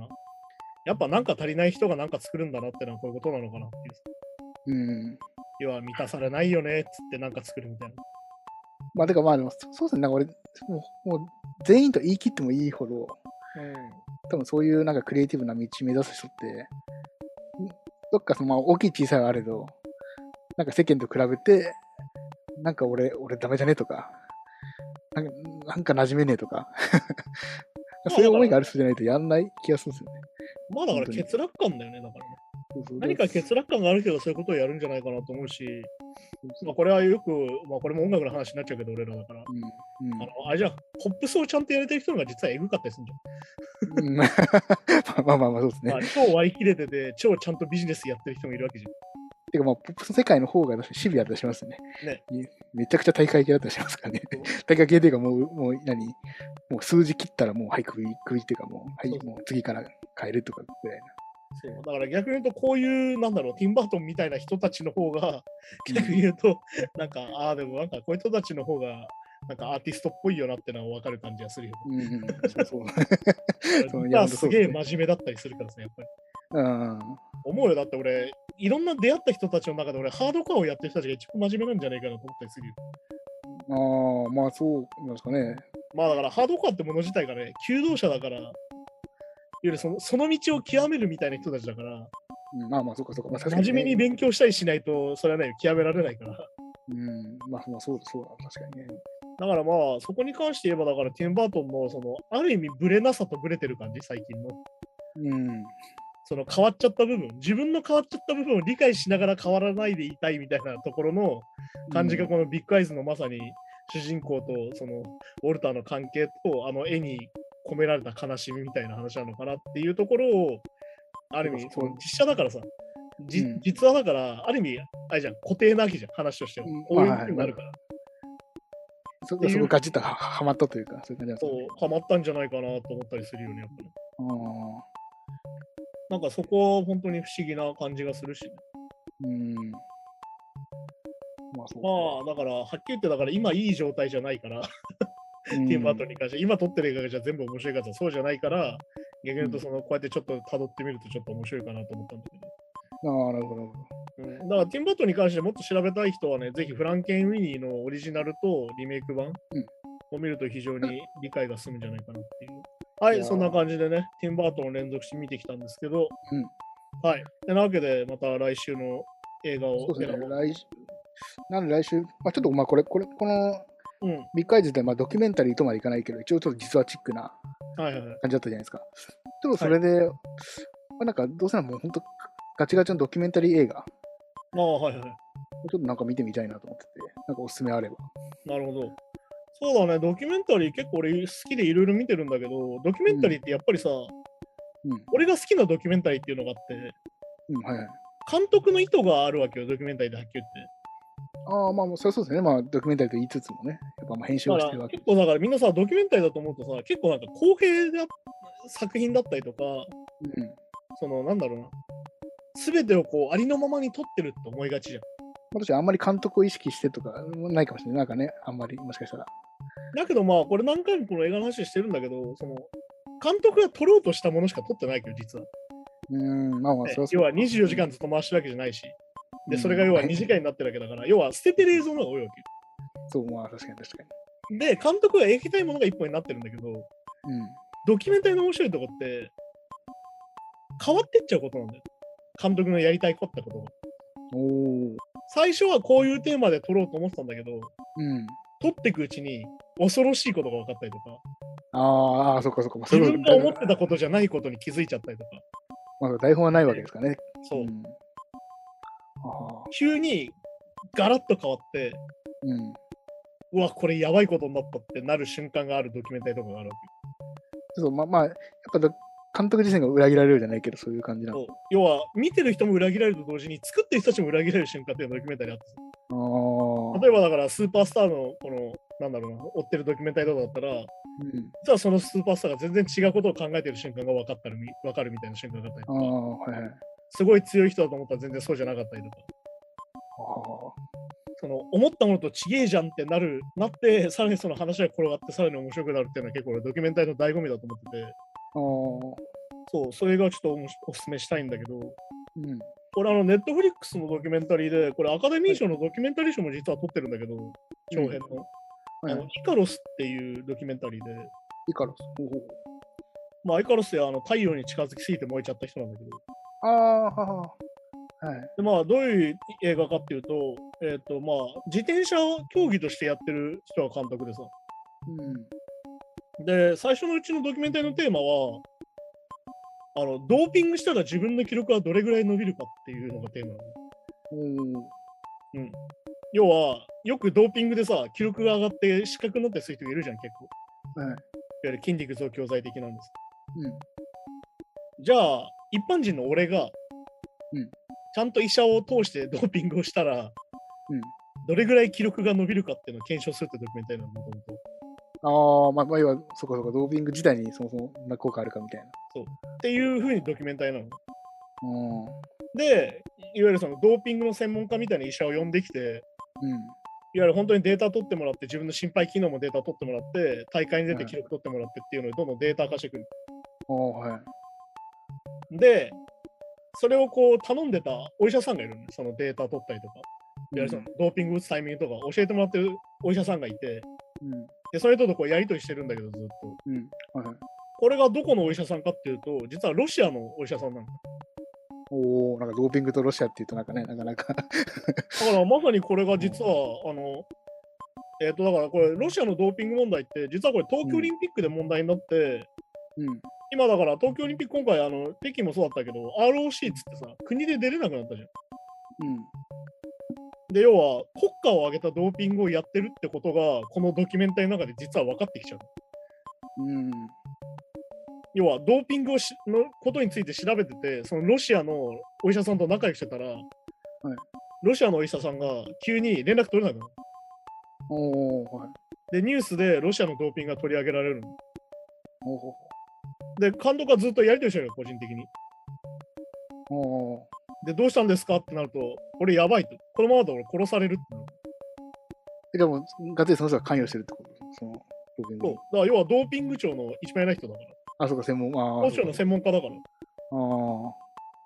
Speaker 1: やっぱなんか足りない人がなんか作るんだなってのはこういうことなのかなっていう。
Speaker 2: うん。
Speaker 1: 要は満たされないよねっつってなんか作るみたいな。
Speaker 2: まあ、てかまあでも、そそうですね、なんか俺、もうもう全員と言い切ってもいいほど、多分そういうなんかクリエイティブな道目指す人って、んどっかそのまあ大きい小さいはあれど、なんか世間と比べて、なんか俺、俺ダメじゃねえとか、なんか、なんか馴染めねえとか、
Speaker 1: あ
Speaker 2: そういう思いがある人じゃないとやんない気がするんですよね。
Speaker 1: まあだか
Speaker 2: 本
Speaker 1: ら
Speaker 2: 当に
Speaker 1: 欠落感だよね、だからね。
Speaker 2: そうそう
Speaker 1: 何か欠落感があるけどそういうことをやるんじゃないかなと思うし、まあこれはよく、まあこれも音楽の話になっちゃうけど、俺らだから。
Speaker 2: うん、
Speaker 1: あのあれじゃん、ポップスをちゃんとやれてる人の方が実はエグかったりする
Speaker 2: う
Speaker 1: んじゃん。
Speaker 2: ん [LAUGHS] まあまあまあまあ、そうですね
Speaker 1: まあ。超割り切れてて、超ちゃんとビジネスやってる人もいるわけじゃん。
Speaker 2: てかまあ、ポップスの世界の方がシビアだったりしますね。
Speaker 1: ね
Speaker 2: いめちゃくちゃ大会系だったりしますからね
Speaker 1: そう。
Speaker 2: 大会系っていうかもう、もう何もう数字切ったらもう、はい、首、首っていうかもう、は
Speaker 1: そう
Speaker 2: い、
Speaker 1: そう
Speaker 2: もう次から変えるとかぐらいな。
Speaker 1: そうだから逆に言うと、こういう、なんだろう、ティンバートンみたいな人たちの方が、逆に言うと、なんか、ああ、でもなんか、こういう人たちの方が、なんかアーティストっぽいよなってのは分かる感じがするよ。
Speaker 2: うんうん、そうそう。そう
Speaker 1: ギ
Speaker 2: い
Speaker 1: タ
Speaker 2: や
Speaker 1: ーすげえ
Speaker 2: 本当そうですね
Speaker 1: 真面目だったりするからさ、やっぱり。
Speaker 2: うん、
Speaker 1: 思うよ、だって俺、いろんな出会った人たちの中で俺、ハードコアをやってる人たちが一番真面目なんじゃないかなと思ったりするよ。
Speaker 2: ああ、まあそうなんですかね。
Speaker 1: まあだから、ハードコアってもの自体がね、求道者だから、いわゆるそのその道を極めるみたいな人たちだから、
Speaker 2: うん、まあまあ、そうかそうか。まあ、確かに、
Speaker 1: 真面目に勉強したりしないと、それはね、極められないから。
Speaker 2: うん、まあまあ、そうそうだ、確かにね。
Speaker 1: だからまあ、そこに関して言えば、だから、ティンバートンの、その、ある意味、ブレなさとブレてる感じ、最近の。
Speaker 2: うん、
Speaker 1: その変わっちゃった部分、自分の変わっちゃった部分を理解しながら変わらないでいたいみたいなところの感じが、このビッグアイズのまさに主人公とそのウォルターの関係と、あの絵に込められた悲しみみたいな話なのかなっていうところを、ある意味、
Speaker 2: そうそう
Speaker 1: 実写だからさ、じ
Speaker 2: うん
Speaker 1: 実話だから、ある意味、あれじゃん、固定なわけじゃん、話としては
Speaker 2: うん。
Speaker 1: こういう
Speaker 2: はい
Speaker 1: ふうになるから、
Speaker 2: そ
Speaker 1: ていう
Speaker 2: そこガチッとははまったというか、そういう感じなんです
Speaker 1: そ
Speaker 2: か
Speaker 1: う
Speaker 2: ね。、
Speaker 1: ハマったんじゃないかなと思ったりするよね、やっぱり。
Speaker 2: あー
Speaker 1: なんかそこは本当に不思議な感じがするしね、
Speaker 2: うん。まあそうか。
Speaker 1: まあ、だから、はっきり言って、だから今いい状態じゃないから、
Speaker 2: う
Speaker 1: ティーンバートン
Speaker 2: ん
Speaker 1: に関して、今撮ってる映画じゃ全部面白いかとそうじゃないから、逆に言う
Speaker 2: う
Speaker 1: と
Speaker 2: ん
Speaker 1: その、こうやってちょっと辿ってみるとちょっと面白いかなと思ったんだ
Speaker 2: ああ、なるほど。なるほ
Speaker 1: けど。だから、ティーンバートンに関してもっと調べたい人はね、ぜひフランケン・ウィニーのオリジナルとリメイク版
Speaker 2: うん
Speaker 1: を見ると非常に理解が進むんじゃないかなっていう。はい
Speaker 2: や
Speaker 1: い、
Speaker 2: ー
Speaker 1: そんな感じでね、ティーンバートンを連続して見てきたんですけど、
Speaker 2: うん
Speaker 1: はい。てなわけで、また来週の映画
Speaker 2: ど
Speaker 1: を
Speaker 2: そうです
Speaker 1: 選
Speaker 2: ね。
Speaker 1: ぼう。
Speaker 2: 来週、なんで来週、まあちょっと、まあこれ、これ、この、
Speaker 1: うん。
Speaker 2: ビッグアイズで、まあ、ドキュメンタリーとまでいかないけど、一応ちょっと実はチックな
Speaker 1: はいはいはい。
Speaker 2: 感じだったじゃないですか。ちょっとそれで、まあ、なんか、どうせならもう本当、ガチガチのドキュメンタリー映画、
Speaker 1: ああ、はいはい。
Speaker 2: ちょっとなんか見てみたいなと思ってて、なんかおすすめあれば。
Speaker 1: なるほど。そうだね、ドキュメンタリー結構俺好きでいろいろ見てるんだけど、ドキュメンタリーってやっぱりさ、
Speaker 2: うん。
Speaker 1: 俺が好きなドキュメンタリーっていうのがあって、
Speaker 2: うん、はいはい。
Speaker 1: 監督の意図があるわけよ、ドキュメンタリーではっきり
Speaker 2: ああ、まあ、もうそれはそうですね。まあ、ドキュメンタリーと言いつつもね、やっぱまあ編集
Speaker 1: 言
Speaker 2: を
Speaker 1: って。
Speaker 2: して
Speaker 1: だか
Speaker 2: る
Speaker 1: ら
Speaker 2: わけ
Speaker 1: 結。構だからみんなさ、ドキュメンタリーだと思うとさ、結構なんか公平な作品だったりとか、
Speaker 2: うん。
Speaker 1: そのなんだろうな、すべてをこうありのままに撮ってるって思いがちじゃん。
Speaker 2: 私、あんまり監督を意識してとか、ないかもしれない。なんかね、あんまり、もしかしたら。
Speaker 1: だけどまあ、これ何回もこの映画の話してるんだけど、その、監督が撮ろうとしたものしか撮ってないけど、実は。
Speaker 2: うーん、まあまあ、
Speaker 1: ね
Speaker 2: それはそう。
Speaker 1: 要は24時間ずっと回してるわけじゃないし、で、
Speaker 2: うん
Speaker 1: それが要は
Speaker 2: はい
Speaker 1: 2時間になってるわけだから、要は捨ててる映像の方が多いわ
Speaker 2: そう、まあ、確かに確か
Speaker 1: け。で、監督が描きたいものが一本になってるんだけど、
Speaker 2: に。うん。
Speaker 1: ドキュメンタリーの面白いとこって、変わってっちゃうことなんだよ。監督のやりたいこったことが。
Speaker 2: おー。
Speaker 1: 最初はこういうテーマで撮ろうと思ってたんだけど、
Speaker 2: うん。
Speaker 1: 撮っていくうちに恐ろしいことが分かったりとか、
Speaker 2: あーあー、そっかそっか。まあ、そ
Speaker 1: 自
Speaker 2: れは
Speaker 1: 分が思ってたことじゃないことに気づいちゃったりとか、
Speaker 2: まあ、台本はないわけですからね。
Speaker 1: そう、
Speaker 2: ん、ああ、
Speaker 1: 急にガラッと変わって、
Speaker 2: うん。
Speaker 1: うわ、これやばいことになったってなる瞬間があるドキュメンタリーとかがあるわけ。
Speaker 2: そう、まあまあ、やっぱど監督自身が裏切られるじゃないけど、そういう感じなの。
Speaker 1: そう要は見てる人も裏切られると同時に作ってる人たちも裏切られる瞬間っていうのがドキュメンタリーあって
Speaker 2: ああ。
Speaker 1: 例えばだからスーパースターのこのなんだろうな追ってるドキュメンタリーとかだったら
Speaker 2: うん
Speaker 1: 実はそのスーパースターが全然違うことを考えてる瞬間が分かったるみ分かるみたいな瞬間があったり
Speaker 2: あ
Speaker 1: と
Speaker 2: あ、
Speaker 1: か
Speaker 2: はいはい。あ
Speaker 1: すごい強い人だと思ったら全然そうじゃなかったりとか
Speaker 2: あ
Speaker 1: その思ったものとちげえじゃんってなるなってさらにその話が転がってさらに面白くなるっていうのは結構俺ドキュメンタリーの醍醐味だと思ってて
Speaker 2: あー。
Speaker 1: そうそれがちょっとおもしおすすめしたいんだけど
Speaker 2: うん。
Speaker 1: これあのネットフリックスのドキュメンタリーで、これアカデミー賞のドキュメンタリー賞も実は撮ってるんだけど、長編の。
Speaker 2: は
Speaker 1: あ
Speaker 2: い
Speaker 1: のイカロスっていうドキュメンタリーで、
Speaker 2: イカロス。ほうほう
Speaker 1: まあ、イカロスであの太陽に近づきすぎて燃えちゃった人なんだけど、
Speaker 2: ああ、はははい。
Speaker 1: でまあ、どういう映画かっていうと、えっ、とまあ、自転車を競技としてやってる人が監督でさ、
Speaker 2: うん。
Speaker 1: で、最初のうちのドキュメンタリーのテーマは、あのドーピングしたら自分の記録はどれぐらい伸びるかっていうのがテーマなの。
Speaker 2: おお。
Speaker 1: 要は、よくドーピングでさ、記録が上がって失格になってする人がいるじゃん、結構。
Speaker 2: はい。
Speaker 1: いわゆる筋肉増強剤的なんです。
Speaker 2: うん。
Speaker 1: じゃあ、一般人の俺が、
Speaker 2: うん
Speaker 1: ちゃんと医者を通してドーピングをしたら、
Speaker 2: うん。
Speaker 1: どれぐらい記録が伸びるかっていうのを検証するってドキュメンタリーなの、もともと。
Speaker 2: ああ、まあ、まあ、要は、そこそこ、ドーピング自体にそもそも、まあ、効果あるかみたいな。
Speaker 1: っていうふうにドキュメンタリーなの。
Speaker 2: うん。うん。
Speaker 1: で、いわゆるそのドーピングの専門家みたいな医者を呼んできて、いわゆる本当にデータ取ってもらって、自分の心肺機能もデータ取ってもらって、大会に出て記録取ってもらってっていうのをどんどんデータ化してくる。
Speaker 2: ああ、はい。
Speaker 1: で、それをこう頼んでたお医者さんがいるのねそのデータ取ったりとか、いわゆるそのドーピング打つタイミングとか教えてもらってるお医者さんがいて、
Speaker 2: うん。
Speaker 1: でそれとのこうやり取りしてるんだけど、ずっと。
Speaker 2: うん。はい。
Speaker 1: これがどこのお医者さんかっていうと、実はロシアのお医者さんなの。
Speaker 2: おお、なんかドーピングとロシアっていうとなんかね、なかなか [LAUGHS]
Speaker 1: だからまさにこれが実は、あの、えっ、と、だからこれ、ロシアのドーピング問題って、実はこれ、東京オリンピックで問題になって、
Speaker 2: うん。
Speaker 1: 今だから、東京オリンピック、今回、あの、北京もそうだったけど、ROC っつってさ、国で出れなくなったじゃん。
Speaker 2: うん。
Speaker 1: で、要は、国家を挙げたドーピングをやってるってことが、このドキュメンタリーの中で実は分かってきちゃう。
Speaker 2: うん。
Speaker 1: 要は、ドーピングをしのことについて調べてて、そのロシアのお医者さんと仲良くしてたら、ロシアのお医者さんが急に連絡取れなくなる。
Speaker 2: おお、はい。
Speaker 1: で、ニュースでロシアのドーピングが取り上げられるの。
Speaker 2: おお。
Speaker 1: で、監督はずっとやりとりしてるよ、個人的に。
Speaker 2: おお。
Speaker 1: で、どうしたんですかってなると、俺やばいと。このままだと俺殺されるってなる。
Speaker 2: えでも、がっつりその人が関与してるってことそのドーピング
Speaker 1: そう。
Speaker 2: に
Speaker 1: だから要はドーピング庁の一番偉い人だから。
Speaker 2: あ、そうか、専門。ああ。
Speaker 1: ロシアの専門家だから。
Speaker 2: ああ。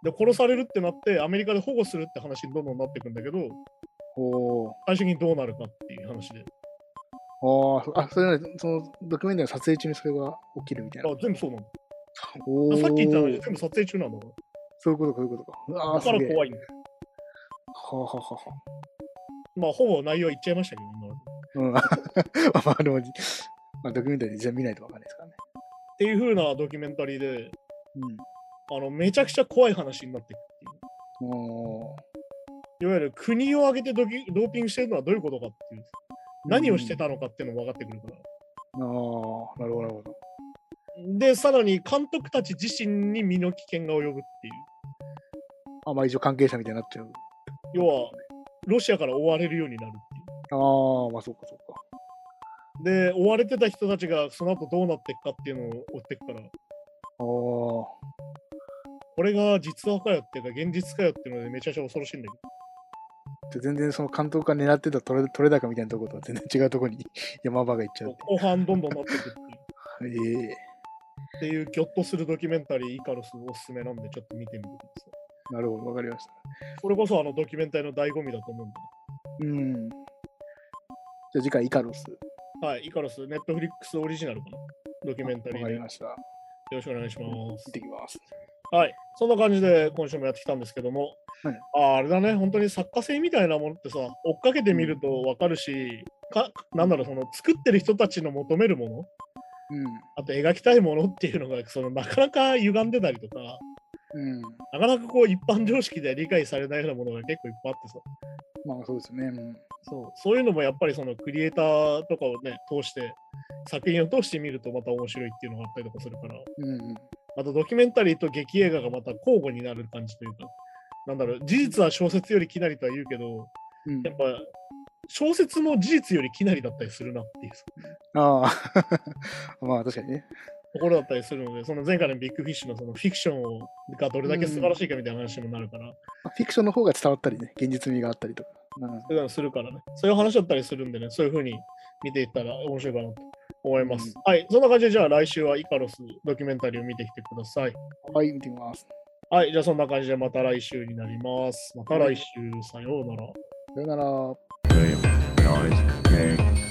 Speaker 1: で、殺されるってなって、アメリカで保護するって話にどんどんなっていくんだけど、
Speaker 2: おお。
Speaker 1: 最終的にどうなるかっていう話で。
Speaker 2: ああ、あ、それなりにそのドキュメンタリーの撮影中にそれが起きるみたい
Speaker 1: だ
Speaker 2: な
Speaker 1: か。ら全部そうなの。だ
Speaker 2: お
Speaker 1: か
Speaker 2: お。
Speaker 1: らさっき言ったのに全部撮影中なんだから。
Speaker 2: そういうことか、そういうことか。うわあ、
Speaker 1: だ
Speaker 2: す
Speaker 1: から
Speaker 2: げえ。
Speaker 1: 怖いんだよ。
Speaker 2: はあ、はあはあはあ
Speaker 1: まあ、ほぼ内容は言っちゃいましたけど、今。っ
Speaker 2: うん。 [LAUGHS] まあまあ、でも、まあ、ドキュメンタリーじゃ見ないとわかんないですからね。
Speaker 1: ていう風なドキュメンタリーで、
Speaker 2: うん。
Speaker 1: あの、めちゃくちゃ怖い話になっていくっていう。
Speaker 2: お
Speaker 1: いわゆる国を挙げてドキドーピングしてるのはどういうことかっていう、何をしてたのかっていうのも分かってくるから。
Speaker 2: ああ、なるほど、なるほど。
Speaker 1: で、さらに監督たち自身に身の危険が及ぶっていう。
Speaker 2: あ、まあ一応関係者みたいになっちゃう。
Speaker 1: 要は、ロシアから追われるようになるっ
Speaker 2: ああ、まあそうか、そうか。
Speaker 1: ていう。で、追われてた人たちがその後どうなっていくかっていうのを追っていくから、
Speaker 2: ああ、
Speaker 1: これが実話かよっていうか、現実かよっていうのでめちゃくちゃ恐ろしいんだけど。
Speaker 2: じゃあ全然その監督が狙ってた取れ取れ高みたいなところとは全然違うところに [LAUGHS] 山場が行っちゃう
Speaker 1: 後半どんどんなっていくって
Speaker 2: ってい
Speaker 1: いう。
Speaker 2: う。え
Speaker 1: っていうギョッとするドキュメンタリー、イカロスおすすめなんで、ちょっと見てみてくださ
Speaker 2: えなるほど、わかりました。
Speaker 1: い。これこそあのドキュメンタリーの醍醐味だと思うん
Speaker 2: う
Speaker 1: で。
Speaker 2: ん。じゃあ次回イカロス。
Speaker 1: はい、イカロス、ネットフリックスオリジナルかな。ドキュメンタ
Speaker 2: わ
Speaker 1: リー
Speaker 2: か
Speaker 1: で。
Speaker 2: り
Speaker 1: よ
Speaker 2: ました。
Speaker 1: ろしくお願いしま
Speaker 2: 行
Speaker 1: す
Speaker 2: っ。てきます。
Speaker 1: はい、そんな感じで今週もやってきたんですけども、
Speaker 2: はい
Speaker 1: あーあれだね、本当に作家性みたいなものってさ、追っかけてみると分かるし、かなんだろう、その作ってる人たちの求めるもの、あと描きたいものっていうのが、そのなかなか歪んでたりとか、
Speaker 2: うん。うん。
Speaker 1: なかなかこう一般常識では理解されないようなものが結構いっぱいあってさ、
Speaker 2: まあそうですね。うん。
Speaker 1: そうそういうのもやっぱりそのクリエイターとかをね、通して、作品を通してみるとまた面白いっていうのがあったりとかするから、
Speaker 2: うんうん。
Speaker 1: またドキュメンタリーと劇映画がまた交互になる感じというか、なんだろう、事実は小説よりきなりとは言うけど、
Speaker 2: うん
Speaker 1: やっぱ小説も事実よりきなりだったりするなっていう
Speaker 2: ああ、 [LAUGHS] まあ確かにね。
Speaker 1: ところだったりするので、その前回のビッグフィッシュのそのフィクションをがどれだけ素晴らしいかみたいな話にもなるから、
Speaker 2: まあフィクションの方が伝わったりね、現実味があったりとか。うん
Speaker 1: そういうのするからね、そういう話だったりするんでね、そういうふうに見ていったら面白いかなと思います。
Speaker 2: うん
Speaker 1: はい、そんな感じでじゃあ来週はイカロスドキュメンタリーを見てきてください。
Speaker 2: はい、見てみます。
Speaker 1: はい、じゃあそんな感じでまた来週になります。また来週、さようなら。
Speaker 2: さよなら。
Speaker 3: Game, noise, game,